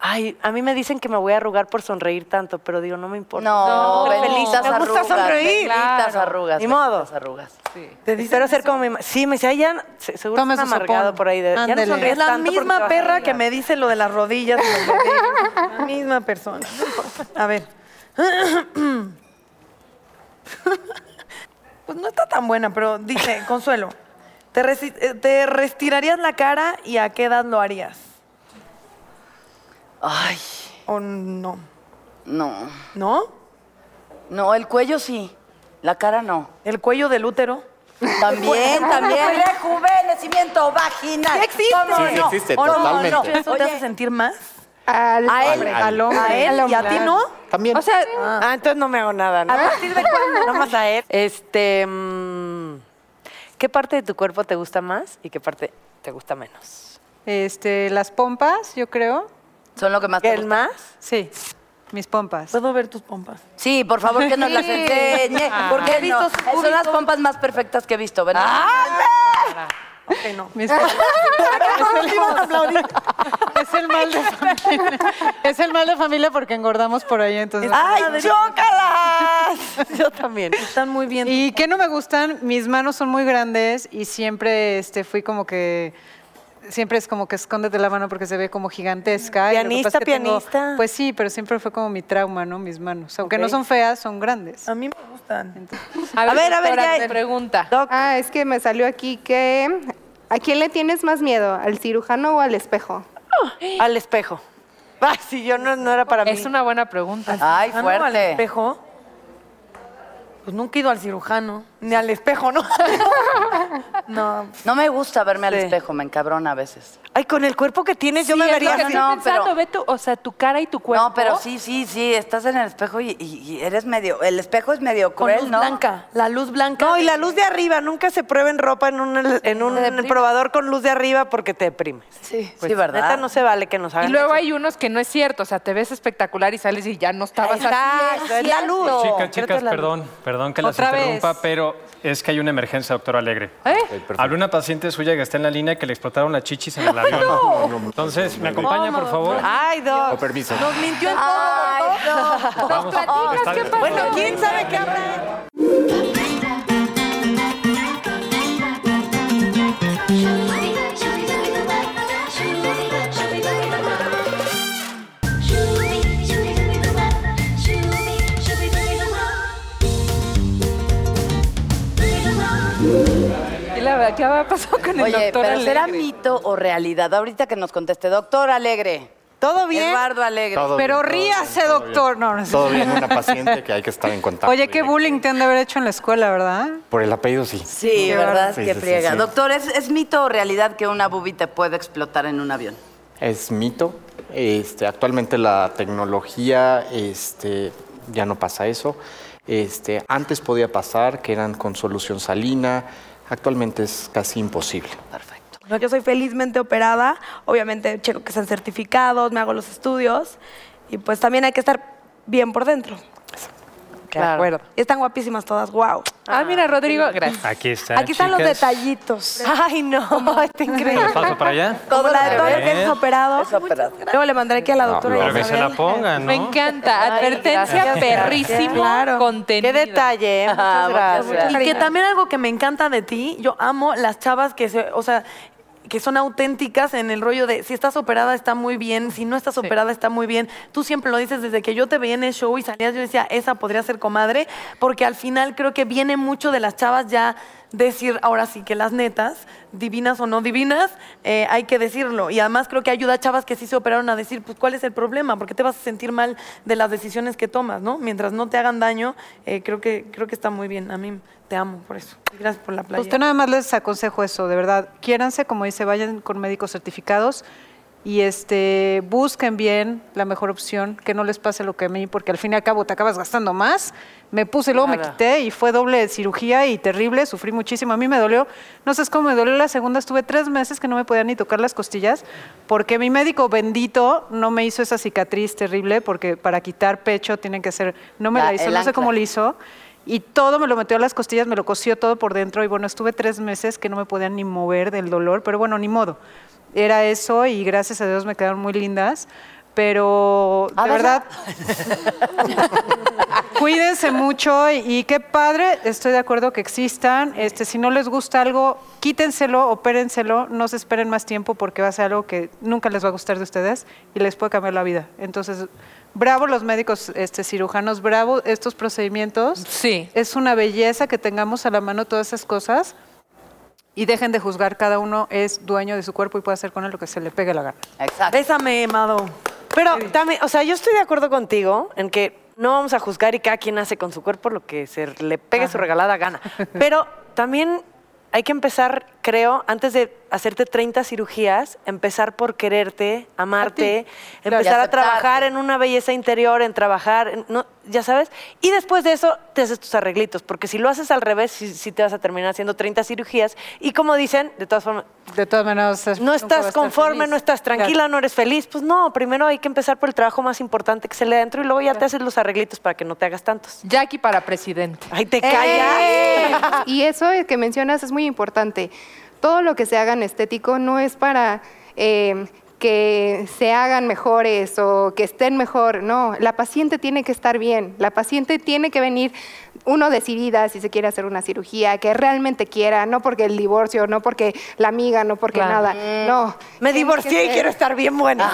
[SPEAKER 5] ay, a mí me dicen que me voy a arrugar por sonreír tanto, pero digo, no me importa.
[SPEAKER 2] No,
[SPEAKER 5] Soy
[SPEAKER 2] benditas
[SPEAKER 5] me gusta
[SPEAKER 2] arrugas.
[SPEAKER 5] sonreír.
[SPEAKER 2] Benditas
[SPEAKER 1] Claro.
[SPEAKER 2] arrugas.
[SPEAKER 5] Ni modo.
[SPEAKER 2] benditas arrugas.
[SPEAKER 5] Espero ser como mi mamá. Sí, me decía, "Ay, ya, no- se- seguro
[SPEAKER 9] Toma
[SPEAKER 5] es un
[SPEAKER 9] su sopón.
[SPEAKER 5] amargado por ahí. De, ya no
[SPEAKER 9] Ándele.
[SPEAKER 5] sonríes
[SPEAKER 4] Es la
[SPEAKER 5] tanto porque te vas
[SPEAKER 4] misma
[SPEAKER 5] a
[SPEAKER 4] perra
[SPEAKER 5] arrugar".
[SPEAKER 4] que me dice lo de las rodillas. y los bebés. La misma persona. A ver. Pues no está tan buena, pero dice, Consuelo, ¿te, resi- eh, te restirarías la cara y a qué edad lo harías?
[SPEAKER 2] Ay,
[SPEAKER 4] ¿O no?
[SPEAKER 2] no.
[SPEAKER 4] ¿No?
[SPEAKER 2] No, el cuello sí. La cara no.
[SPEAKER 4] ¿El cuello del útero?
[SPEAKER 2] También, también. Rejuvenecimiento vaginal.
[SPEAKER 4] ¿Sí existe?
[SPEAKER 2] ¿Cómo
[SPEAKER 6] Sí,
[SPEAKER 2] no?
[SPEAKER 6] sí existe,
[SPEAKER 2] ¿O no?
[SPEAKER 6] totalmente.
[SPEAKER 2] ¿Cómo no?
[SPEAKER 4] ¿Eso te hace sentir más?
[SPEAKER 8] Al-
[SPEAKER 9] Ah,
[SPEAKER 2] A él,
[SPEAKER 6] Al
[SPEAKER 9] hombre.
[SPEAKER 2] a él
[SPEAKER 4] ¿Y a ti no?
[SPEAKER 6] También.
[SPEAKER 5] O sea, ah, entonces no me hago nada, ¿no? ¿A partir de cuándo? No más a él. Este, mm, ¿qué parte de tu cuerpo te gusta más y qué parte te gusta menos?
[SPEAKER 9] Este, las pompas, yo creo.
[SPEAKER 2] Son lo que más te
[SPEAKER 5] ¿El
[SPEAKER 2] gusta.
[SPEAKER 5] más?
[SPEAKER 9] Sí, mis pompas.
[SPEAKER 4] ¿Puedo ver tus pompas?
[SPEAKER 2] Sí, por favor, que nos las enseñe. Porque he visto
[SPEAKER 4] no?
[SPEAKER 2] Son las pompas más perfectas que he visto. ¿verdad?
[SPEAKER 4] Ok, no.
[SPEAKER 9] Mis pompas. es, el mal, es el mal de familia. Es el mal de familia porque engordamos por ahí, entonces.
[SPEAKER 11] Ah.
[SPEAKER 2] ¡Ay, chócalas!
[SPEAKER 5] Yo también.
[SPEAKER 4] Están muy bien.
[SPEAKER 9] ¿Y qué no me gustan? Mis manos son muy grandes y siempre este, fui como que... Siempre es como que escóndete la mano porque se ve como gigantesca. y lo que
[SPEAKER 5] Pianista,
[SPEAKER 9] pasa es que tengo-
[SPEAKER 5] pianista.
[SPEAKER 9] pues sí, pero siempre fue como mi trauma, ¿no? Mis manos. Aunque no
[SPEAKER 5] Ok.
[SPEAKER 9] son feas, son grandes.
[SPEAKER 4] A mí me gustan.
[SPEAKER 1] A ver, a ver,
[SPEAKER 5] ya-
[SPEAKER 1] pregunta.
[SPEAKER 5] Doc,
[SPEAKER 8] Ah, es que me salió aquí que... ¿A quién le tienes más miedo? ¿Al cirujano o al espejo?
[SPEAKER 5] al espejo. Ah, sí, yo no, no era para mí.
[SPEAKER 1] Es una buena pregunta.
[SPEAKER 2] ¡Ay,
[SPEAKER 4] Ah, no, al
[SPEAKER 2] fuerte!
[SPEAKER 4] espejo. Pues nunca he ido al cirujano, ni al espejo, ¿no? no.
[SPEAKER 2] No me gusta verme al
[SPEAKER 5] Sí.
[SPEAKER 2] espejo, me encabrona a veces.
[SPEAKER 5] Ay, con el cuerpo que tienes, yo
[SPEAKER 1] Sí,
[SPEAKER 5] me
[SPEAKER 1] es lo
[SPEAKER 5] vería
[SPEAKER 1] que
[SPEAKER 5] así.
[SPEAKER 1] estoy
[SPEAKER 2] no,
[SPEAKER 1] pensando,
[SPEAKER 2] pero-
[SPEAKER 1] ve tu, o sea, tu cara y tu cuerpo.
[SPEAKER 2] No, pero sí, sí, sí, estás en el espejo y, y- y eres medio... El espejo es medio
[SPEAKER 4] Con
[SPEAKER 2] cruel,
[SPEAKER 4] luz
[SPEAKER 2] ¿no?
[SPEAKER 4] blanca. La luz blanca.
[SPEAKER 5] No, y la luz de arriba. Nunca se prueben ropa en un, en un probador con luz de arriba porque te deprimes.
[SPEAKER 2] Sí,
[SPEAKER 5] Pues,
[SPEAKER 2] sí, ¿verdad?
[SPEAKER 5] Neta, no se vale que nos hagan
[SPEAKER 1] Y luego
[SPEAKER 5] eso.
[SPEAKER 1] hay unos que no es cierto, o sea, te ves espectacular y sales y ya no estabas así.
[SPEAKER 5] Exacto, es la luz.
[SPEAKER 2] Oh,
[SPEAKER 3] Chicas,
[SPEAKER 5] Creo que
[SPEAKER 3] chicas,
[SPEAKER 5] es la luz.
[SPEAKER 3] perdón, perdón que las
[SPEAKER 9] Otra vez.
[SPEAKER 3] interrumpa, pero es que hay una emergencia, doctor Alegre. Habló una paciente suya que está en la línea que le explotaron las chichis en el avión. Entonces, ¿me acompaña, por favor?
[SPEAKER 5] Ay,
[SPEAKER 6] Con
[SPEAKER 5] Doc.
[SPEAKER 6] permiso.
[SPEAKER 1] Nos platicas qué pasó.
[SPEAKER 5] Bueno, ¿quién sabe qué habrá?
[SPEAKER 1] ¿Y la verdad qué ha pasado con el
[SPEAKER 2] Oye,
[SPEAKER 1] doctor
[SPEAKER 2] pero ¿será
[SPEAKER 1] Alegre?
[SPEAKER 2] mito o realidad? Ahorita que nos conteste, doctor Alegre.
[SPEAKER 9] ¿Todo bien?
[SPEAKER 2] Eduardo Alegre.
[SPEAKER 6] Todo
[SPEAKER 9] Pero
[SPEAKER 6] bien, todo
[SPEAKER 9] ríase,
[SPEAKER 6] bien, todo
[SPEAKER 9] doctor.
[SPEAKER 6] bien.
[SPEAKER 9] No, no sé.
[SPEAKER 6] Todo bien, una paciente que hay que estar en contacto.
[SPEAKER 9] Oye, qué
[SPEAKER 6] directo.
[SPEAKER 9] bullying te han de haber hecho en la escuela, ¿verdad?
[SPEAKER 6] Por el apellido, sí.
[SPEAKER 2] Sí, ¿verdad?
[SPEAKER 6] Sí,
[SPEAKER 2] que
[SPEAKER 6] sí, sí,
[SPEAKER 2] friega.
[SPEAKER 6] sí.
[SPEAKER 2] Doctor, ¿es, es mito o realidad que una bubi te puede explotar en un avión?
[SPEAKER 6] Es mito. Este, actualmente la tecnología, este, ya no pasa eso. Este, antes podía pasar, que eran con solución salina. Actualmente es casi imposible.
[SPEAKER 2] Perfecto.
[SPEAKER 11] No, yo soy felizmente operada. Obviamente checo que están certificados, me hago los estudios. Y pues también hay que estar bien por dentro.
[SPEAKER 5] De acuerdo.
[SPEAKER 4] Y están guapísimas todas, wow.
[SPEAKER 1] Ah, mira, Rodrigo, gracias.
[SPEAKER 3] Aquí está.
[SPEAKER 4] Aquí están los
[SPEAKER 3] chicas.
[SPEAKER 4] detallitos.
[SPEAKER 5] Ay, no, está este increíble.
[SPEAKER 3] Les paso para allá.
[SPEAKER 4] Como la de todo
[SPEAKER 3] ver.
[SPEAKER 4] el que es operado.
[SPEAKER 2] Es operado.
[SPEAKER 4] Luego le mandaré aquí a la doctora.
[SPEAKER 3] Pero que se la
[SPEAKER 4] Isabel.
[SPEAKER 3] pongan,
[SPEAKER 1] Me
[SPEAKER 3] ¿no?
[SPEAKER 1] encanta. Advertencia perrísimo
[SPEAKER 4] Claro.
[SPEAKER 1] contenido.
[SPEAKER 5] Qué detalle, ¿eh? muchas
[SPEAKER 2] Ah, muchas
[SPEAKER 5] gracias.
[SPEAKER 2] gracias.
[SPEAKER 4] Y que también algo que me encanta de ti, yo amo las chavas que se, o sea, que son auténticas en el rollo de si estás operada está muy bien, si no estás operada está muy bien. Tú siempre lo dices desde que yo te veía en el show y salías, yo decía, esa podría ser comadre, porque al final creo que viene mucho de las chavas ya decir, ahora sí que las netas, divinas o no divinas, eh, hay que decirlo. Y además creo que ayuda a chavas que sí se operaron a decir, pues, ¿cuál es el problema? ¿Por qué te vas a sentir mal de las decisiones que tomas, no? Mientras no te hagan daño, eh, creo, que, creo que está muy bien. A mí te amo por eso. Y Gracias por la
[SPEAKER 5] Pues
[SPEAKER 4] playa.
[SPEAKER 9] Usted Pues nada más les aconsejo eso, de verdad. Quiéranse, como dice, vayan con médicos certificados y este busquen bien la mejor opción, que no les pase lo que a mí, porque al fin y al cabo te acabas gastando más. Me puse y luego me quité y fue doble cirugía y terrible, sufrí muchísimo. A mí me dolió, no sé cómo me dolió la segunda, estuve tres meses que no me podía ni tocar las costillas, porque mi médico bendito no me hizo esa cicatriz terrible, porque para quitar pecho tienen que hacer, no me
[SPEAKER 2] La-
[SPEAKER 9] la, hizo,
[SPEAKER 2] el
[SPEAKER 9] no sé cómo
[SPEAKER 2] ancla.
[SPEAKER 9] le hizo. Y todo me lo metió a las costillas, me lo cosió todo por dentro. Y bueno, estuve tres meses que no me podía ni mover del dolor, pero bueno, ni modo. Era eso y gracias a Dios me quedaron muy lindas. Pero de verdad, cuídense mucho y, y qué padre, estoy de acuerdo que existan. Este, si no les gusta algo, quítenselo, opérenselo, no se esperen más tiempo porque va a ser algo que nunca les va a gustar de ustedes y les puede cambiar la vida. Entonces, bravo los médicos este, cirujanos, bravo estos procedimientos.
[SPEAKER 1] Sí.
[SPEAKER 9] Es una belleza que tengamos a la mano todas esas cosas y dejen de juzgar, cada uno es dueño de su cuerpo y puede hacer con él lo que se le pegue la gana.
[SPEAKER 2] Exacto.
[SPEAKER 4] Bésame, Mado.
[SPEAKER 5] Pero también, o sea, yo estoy de acuerdo contigo en que no vamos a juzgar y cada quien hace con su cuerpo lo que se le pegue su regalada gana. Pero también hay que empezar, creo, antes de hacerte 30 cirugías, empezar por quererte, amarte, empezar
[SPEAKER 2] Y
[SPEAKER 5] a trabajar
[SPEAKER 2] aceptarte.
[SPEAKER 5] en una belleza interior, en trabajar, en- no, ya sabes. Y después de eso te haces tus arreglitos, porque si lo haces al revés, sí, sí te vas a terminar haciendo 30 cirugías. Y como dicen, de todas formas,
[SPEAKER 9] De todas maneras, es- nunca va
[SPEAKER 5] no
[SPEAKER 9] a
[SPEAKER 5] estás
[SPEAKER 9] estar
[SPEAKER 5] conforme,
[SPEAKER 9] feliz.
[SPEAKER 5] no estás tranquila, no eres feliz. Pues no, primero hay que empezar por el trabajo más importante que se le da adentro y luego ya te haces los arreglitos para que no te hagas tantos.
[SPEAKER 1] Jackie para presidente.
[SPEAKER 5] Ay, te
[SPEAKER 9] Eh,
[SPEAKER 5] callas.
[SPEAKER 8] ¡Eh! Y eso que mencionas es muy importante. Todo lo que se haga en estético no es para eh, que se hagan mejores o que estén mejor. No, la paciente tiene que estar bien. La paciente tiene que venir uno decidida si se quiere hacer una cirugía, que realmente quiera, no porque el divorcio, no porque la amiga, no porque
[SPEAKER 1] Claro.
[SPEAKER 8] nada. No.
[SPEAKER 5] Mm. Me
[SPEAKER 8] Tiene que
[SPEAKER 5] divorcié y
[SPEAKER 8] ser-
[SPEAKER 5] quiero estar bien
[SPEAKER 8] ¿Qué
[SPEAKER 5] buena.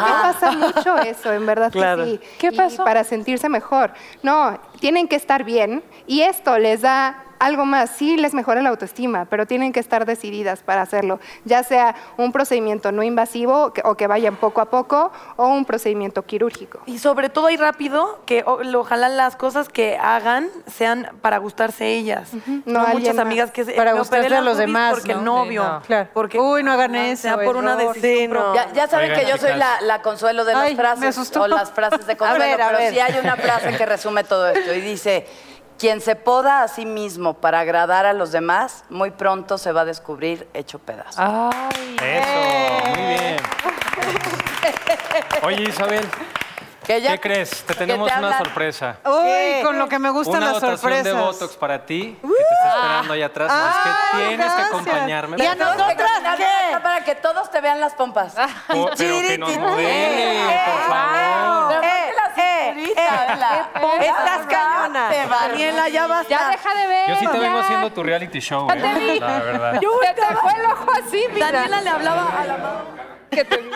[SPEAKER 8] pasa mucho eso, en verdad
[SPEAKER 5] Claro.
[SPEAKER 8] que sí.
[SPEAKER 1] ¿Qué
[SPEAKER 8] Y
[SPEAKER 1] pasó?
[SPEAKER 8] para sentirse mejor. No, tienen que estar bien y esto les da algo más. Sí, les mejora la autoestima, pero tienen que estar decididas para hacerlo, ya sea un procedimiento no invasivo que- o que vayan poco a poco o un procedimiento quirúrgico.
[SPEAKER 4] Y sobre todo y rápido, que o- lo- ojalá las cosas que hagan sean para gustarse ellas.
[SPEAKER 8] no
[SPEAKER 4] No,
[SPEAKER 8] alguien
[SPEAKER 4] muchas
[SPEAKER 8] más.
[SPEAKER 4] amigas que se
[SPEAKER 9] Para
[SPEAKER 4] me operé
[SPEAKER 9] gustarle a
[SPEAKER 4] las
[SPEAKER 9] los
[SPEAKER 4] boobies
[SPEAKER 9] demás,
[SPEAKER 4] porque el
[SPEAKER 9] ¿no? Sí,
[SPEAKER 4] novio,
[SPEAKER 9] no. Claro.
[SPEAKER 4] porque
[SPEAKER 9] Uy, no hagan
[SPEAKER 4] o sea,
[SPEAKER 9] eso,
[SPEAKER 4] por una
[SPEAKER 9] error.
[SPEAKER 4] decisión
[SPEAKER 5] Sí, no.
[SPEAKER 4] propia.
[SPEAKER 2] Ya, ya saben
[SPEAKER 3] Oigan,
[SPEAKER 2] que yo soy la,
[SPEAKER 3] chicas.
[SPEAKER 2] la consuelo de las
[SPEAKER 9] Ay, me
[SPEAKER 2] frases
[SPEAKER 9] asustó.
[SPEAKER 2] o las frases de
[SPEAKER 9] A
[SPEAKER 2] consuelo,
[SPEAKER 9] ver, a
[SPEAKER 2] pero
[SPEAKER 9] ver.
[SPEAKER 2] sí hay una frase que resume todo esto y dice, quien se poda a sí mismo para agradar a los demás, muy pronto se va a descubrir hecho pedazos.
[SPEAKER 9] Ah.
[SPEAKER 3] Eso, muy bien. Oye, Isabel,
[SPEAKER 2] Que ya-
[SPEAKER 3] ¿qué crees? Te
[SPEAKER 2] que
[SPEAKER 3] tenemos
[SPEAKER 2] te
[SPEAKER 3] una
[SPEAKER 2] hablan-
[SPEAKER 3] sorpresa.
[SPEAKER 9] Uy, con lo que me gustan
[SPEAKER 3] una
[SPEAKER 9] las
[SPEAKER 3] dotación
[SPEAKER 9] sorpresas.
[SPEAKER 3] de Botox para ti, que te está esperando ahí atrás. así es que
[SPEAKER 9] Ay,
[SPEAKER 3] tienes que
[SPEAKER 9] gracias.
[SPEAKER 3] acompañarme.
[SPEAKER 9] Y a
[SPEAKER 3] por favor.
[SPEAKER 9] nosotras, Ah.
[SPEAKER 2] ¿qué? Para que todos te vean las pompas.
[SPEAKER 3] Oh, Pero que nos modele,
[SPEAKER 9] Eh,
[SPEAKER 3] por favor.
[SPEAKER 2] Pero aparte la cinturita, Adela.
[SPEAKER 5] Estás cañona.
[SPEAKER 2] Te vale.
[SPEAKER 4] Daniela, ya basta.
[SPEAKER 5] Ah.
[SPEAKER 1] Ya deja de ver.
[SPEAKER 3] Yo sí te
[SPEAKER 1] ya.
[SPEAKER 3] vengo haciendo tu reality show,
[SPEAKER 1] Ya te
[SPEAKER 3] ¿eh?
[SPEAKER 1] vi.
[SPEAKER 3] La verdad.
[SPEAKER 1] Se te fue el ojo así, mira.
[SPEAKER 4] Daniela le hablaba a la mamá.
[SPEAKER 1] Que te-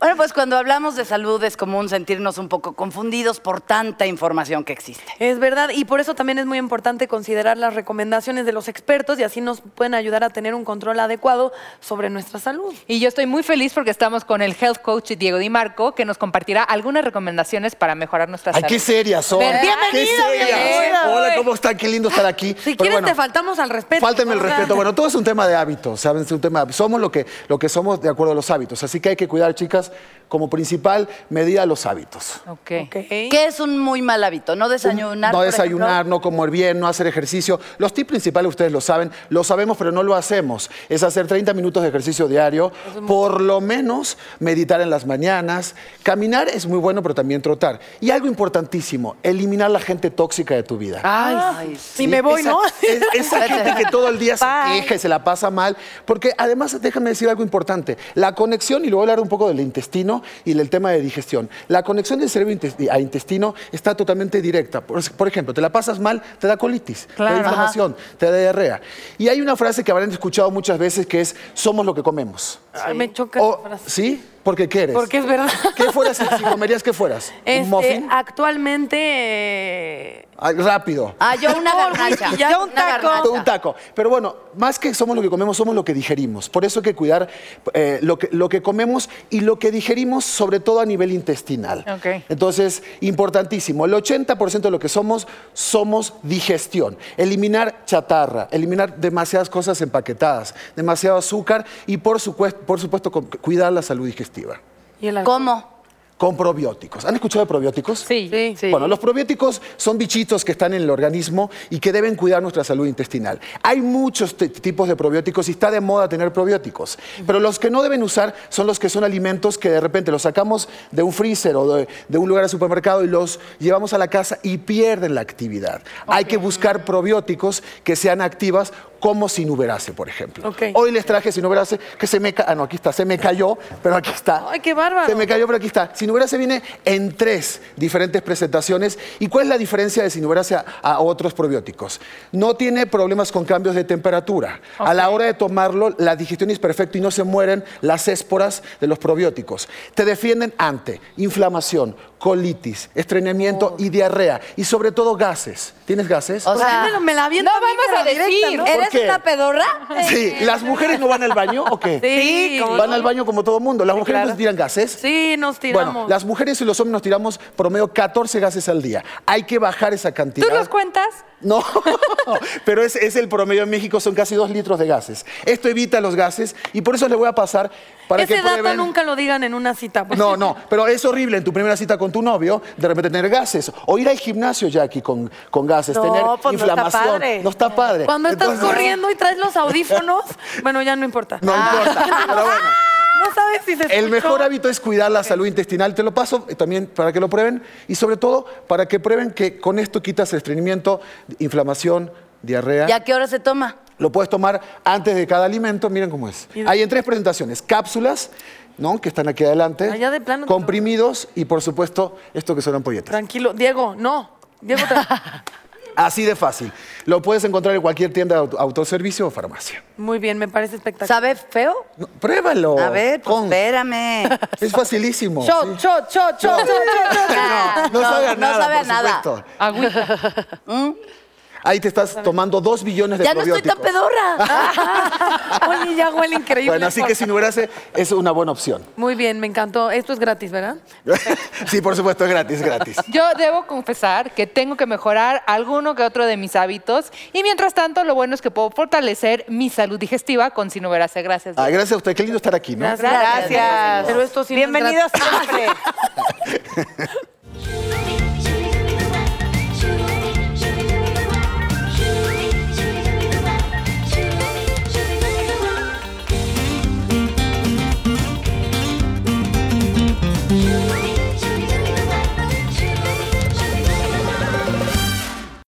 [SPEAKER 2] Bueno, pues cuando hablamos de salud es común sentirnos un poco confundidos por tanta información que existe.
[SPEAKER 4] Es verdad, y por eso también es muy importante considerar las recomendaciones de los expertos y así nos pueden ayudar a tener un control adecuado sobre nuestra salud.
[SPEAKER 1] Y yo estoy muy feliz porque estamos con el health coach Diego Di Marco, que nos compartirá algunas recomendaciones para mejorar nuestra
[SPEAKER 12] Ay,
[SPEAKER 1] salud.
[SPEAKER 12] qué serias son.
[SPEAKER 1] ¿Verdad?
[SPEAKER 12] qué
[SPEAKER 1] Bienvenido,
[SPEAKER 12] serias.
[SPEAKER 1] bienvenido.
[SPEAKER 12] Hola, ¿cómo están? Qué lindo estar aquí.
[SPEAKER 4] Si
[SPEAKER 12] Pero
[SPEAKER 4] quieres
[SPEAKER 12] bueno,
[SPEAKER 4] te faltamos al respeto.
[SPEAKER 12] Fálteme el
[SPEAKER 4] Olga.
[SPEAKER 12] respeto. Bueno, todo es un tema de hábitos, ¿saben? Es un tema de hábitos. Somos lo que, lo que somos de acuerdo a los hábitos. Así que hay que cuidar, chicas, como principal medida los hábitos.
[SPEAKER 2] ¿Qué es un muy mal hábito? No desayunar.
[SPEAKER 12] No
[SPEAKER 2] por
[SPEAKER 12] desayunar, no comer bien, no hacer ejercicio. Los tips principales ustedes lo saben, lo sabemos, pero no lo hacemos. Es hacer 30 minutos de ejercicio diario, por lo menos meditar en las mañanas. Caminar es muy bueno, pero también trotar. Y algo importantísimo, eliminar la gente tóxica de tu vida.
[SPEAKER 3] Ah,
[SPEAKER 2] Ay,
[SPEAKER 12] Sí, esa- es- Esa gente que todo el día se queja y se la pasa mal. Porque además, déjame decir algo importante. La conexión, y luego hablar un poco del intestino y del tema de digestión. La conexión del cerebro intes- a intestino está totalmente directa. Por, por ejemplo, te la pasas mal, te da colitis,
[SPEAKER 13] Claro.
[SPEAKER 12] te da inflamación, te da diarrea. Y hay una frase que habrán escuchado muchas veces que es, somos lo que comemos.
[SPEAKER 4] Ay, me choca
[SPEAKER 12] O- ¿Sí? Porque qué eres.
[SPEAKER 4] Porque es verdad.
[SPEAKER 12] ¿Qué fueras si si comerías qué fueras?
[SPEAKER 4] Este,
[SPEAKER 12] ¿Un muffin?
[SPEAKER 1] ah,
[SPEAKER 4] Actualmente. eh,
[SPEAKER 12] Ah, Rápido.
[SPEAKER 2] Ah, yo una garnacha.
[SPEAKER 4] whisky, ya
[SPEAKER 2] Yo
[SPEAKER 4] un
[SPEAKER 2] una
[SPEAKER 4] taco.
[SPEAKER 2] garnacha.
[SPEAKER 12] Un taco. Pero bueno, más que somos lo que comemos, somos lo que digerimos. Por eso hay que cuidar eh, lo, que, lo que comemos y lo que digerimos, sobre todo a nivel intestinal.
[SPEAKER 1] Ok.
[SPEAKER 12] Entonces, importantísimo, el 80% de lo que somos somos digestión. Eliminar chatarra, eliminar demasiadas cosas empaquetadas, demasiado azúcar y por supuesto, por supuesto cu- cuidar la salud digestiva.
[SPEAKER 2] ¿Cómo?
[SPEAKER 12] Con probióticos. ¿Han escuchado de probióticos?
[SPEAKER 1] Sí.
[SPEAKER 12] Bueno, los probióticos son bichitos que están en el organismo y que deben cuidar nuestra salud intestinal. Hay muchos t- tipos de probióticos y está de moda tener probióticos, pero los que no deben usar son los que son alimentos que de repente los sacamos de un freezer o de, de un lugar de supermercado y los llevamos a la casa y pierden la actividad. Hay que buscar probióticos que sean activas como sinuberase, por ejemplo. Hoy les traje sinuberase que se me ca- ah, no, aquí está, se me cayó, pero aquí está.
[SPEAKER 4] Ay, qué bárbaro.
[SPEAKER 12] Se me cayó, pero aquí está. Sinuberase viene en tres diferentes presentaciones. ¿Y cuál es la diferencia de Sinuberase a, a otros probióticos? No tiene problemas con cambios de temperatura. A la hora de tomarlo, la digestión es perfecta y no se mueren las esporas de los probióticos. Te defienden ante inflamación, colitis,
[SPEAKER 4] Oh.
[SPEAKER 12] estreñimiento y diarrea. Y sobre todo gases. ¿Tienes gases?
[SPEAKER 2] O sea,
[SPEAKER 4] Pues me la aviento
[SPEAKER 1] No
[SPEAKER 4] a mí,
[SPEAKER 1] vamos
[SPEAKER 4] pero
[SPEAKER 1] a
[SPEAKER 4] directa,
[SPEAKER 1] decir.
[SPEAKER 4] ¿no?
[SPEAKER 12] ¿Por
[SPEAKER 2] ¿Eres
[SPEAKER 12] qué?
[SPEAKER 2] una pedorra?
[SPEAKER 12] Sí, ¿las mujeres no van al baño o qué?
[SPEAKER 4] Sí, ¿cómo
[SPEAKER 12] Van
[SPEAKER 4] no?
[SPEAKER 12] al baño como todo mundo. ¿Las mujeres no tiran gases?
[SPEAKER 4] Sí, nos tiramos.
[SPEAKER 12] Bueno, las mujeres y los hombres nos tiramos promedio 14 gases al día. Hay que bajar esa cantidad.
[SPEAKER 1] ¿Tú los cuentas?
[SPEAKER 12] No, pero es, es el promedio en México, son casi dos litros de gases. Esto evita los gases y por eso les voy a pasar para
[SPEAKER 4] Ese
[SPEAKER 12] que
[SPEAKER 4] dato
[SPEAKER 12] prueben.
[SPEAKER 4] nunca lo digan en una cita. por
[SPEAKER 12] No,
[SPEAKER 4] favor.
[SPEAKER 12] no, pero es horrible en tu primera cita con tu novio de repente tener gases o ir al gimnasio, Jackie, con, con gases,
[SPEAKER 5] No,
[SPEAKER 12] tener
[SPEAKER 5] pues no está
[SPEAKER 12] inflamación.
[SPEAKER 5] padre.
[SPEAKER 12] No está padre.
[SPEAKER 4] Cuando estás
[SPEAKER 12] Entonces-
[SPEAKER 4] corriendo y traes los audífonos, bueno, ya no importa.
[SPEAKER 12] No importa, pero bueno.
[SPEAKER 4] No sabes si se
[SPEAKER 12] El
[SPEAKER 4] escuchó.
[SPEAKER 12] mejor hábito es cuidar la salud intestinal. Te lo paso eh, también para que lo prueben y sobre todo para que prueben que con esto quitas estreñimiento, inflamación, diarrea.
[SPEAKER 2] ¿Y a qué hora se toma?
[SPEAKER 12] Lo puedes tomar antes de cada alimento. Miren cómo es. Hay en tres presentaciones. Cápsulas, ¿no? Que están aquí adelante.
[SPEAKER 4] Allá de plano.
[SPEAKER 12] Comprimidos y, por supuesto, esto que son ampolletas.
[SPEAKER 4] Tranquilo, Diego, no. Diego, tra-
[SPEAKER 12] Así de fácil. Lo puedes encontrar en cualquier tienda de auto- autoservicio o farmacia.
[SPEAKER 4] muy bien, me parece espectacular.
[SPEAKER 2] ¿Sabe feo?
[SPEAKER 12] No, pruébalo.
[SPEAKER 2] A ver, pues,
[SPEAKER 12] Con-
[SPEAKER 2] espérame.
[SPEAKER 12] Es facilísimo. sí.
[SPEAKER 2] Shot, shot, shot, shot,
[SPEAKER 12] No.
[SPEAKER 2] shot, shot, shot.
[SPEAKER 12] No, no sabe a nada.
[SPEAKER 2] No sabe a
[SPEAKER 12] por
[SPEAKER 2] nada. ¿Mm?
[SPEAKER 12] supuesto. Ahí te estás tomando dos billones de
[SPEAKER 2] Ya no estoy
[SPEAKER 12] probióticos.
[SPEAKER 2] tan pedorra.
[SPEAKER 4] Oye, ya huele increíble.
[SPEAKER 12] Bueno, así que si no hubiera es una buena opción.
[SPEAKER 4] Muy bien, me encantó. Esto es gratis, ¿verdad?
[SPEAKER 12] sí, por supuesto, es gratis, es gratis.
[SPEAKER 1] Yo debo confesar que tengo que mejorar alguno que otro de mis hábitos y mientras tanto lo bueno es que puedo fortalecer mi salud digestiva con sinoverase. Gracias.
[SPEAKER 12] Ah, gracias a usted, qué lindo estar aquí, ¿no?
[SPEAKER 5] Gracias.
[SPEAKER 4] Pero esto sí no es
[SPEAKER 5] Bienvenidos siempre.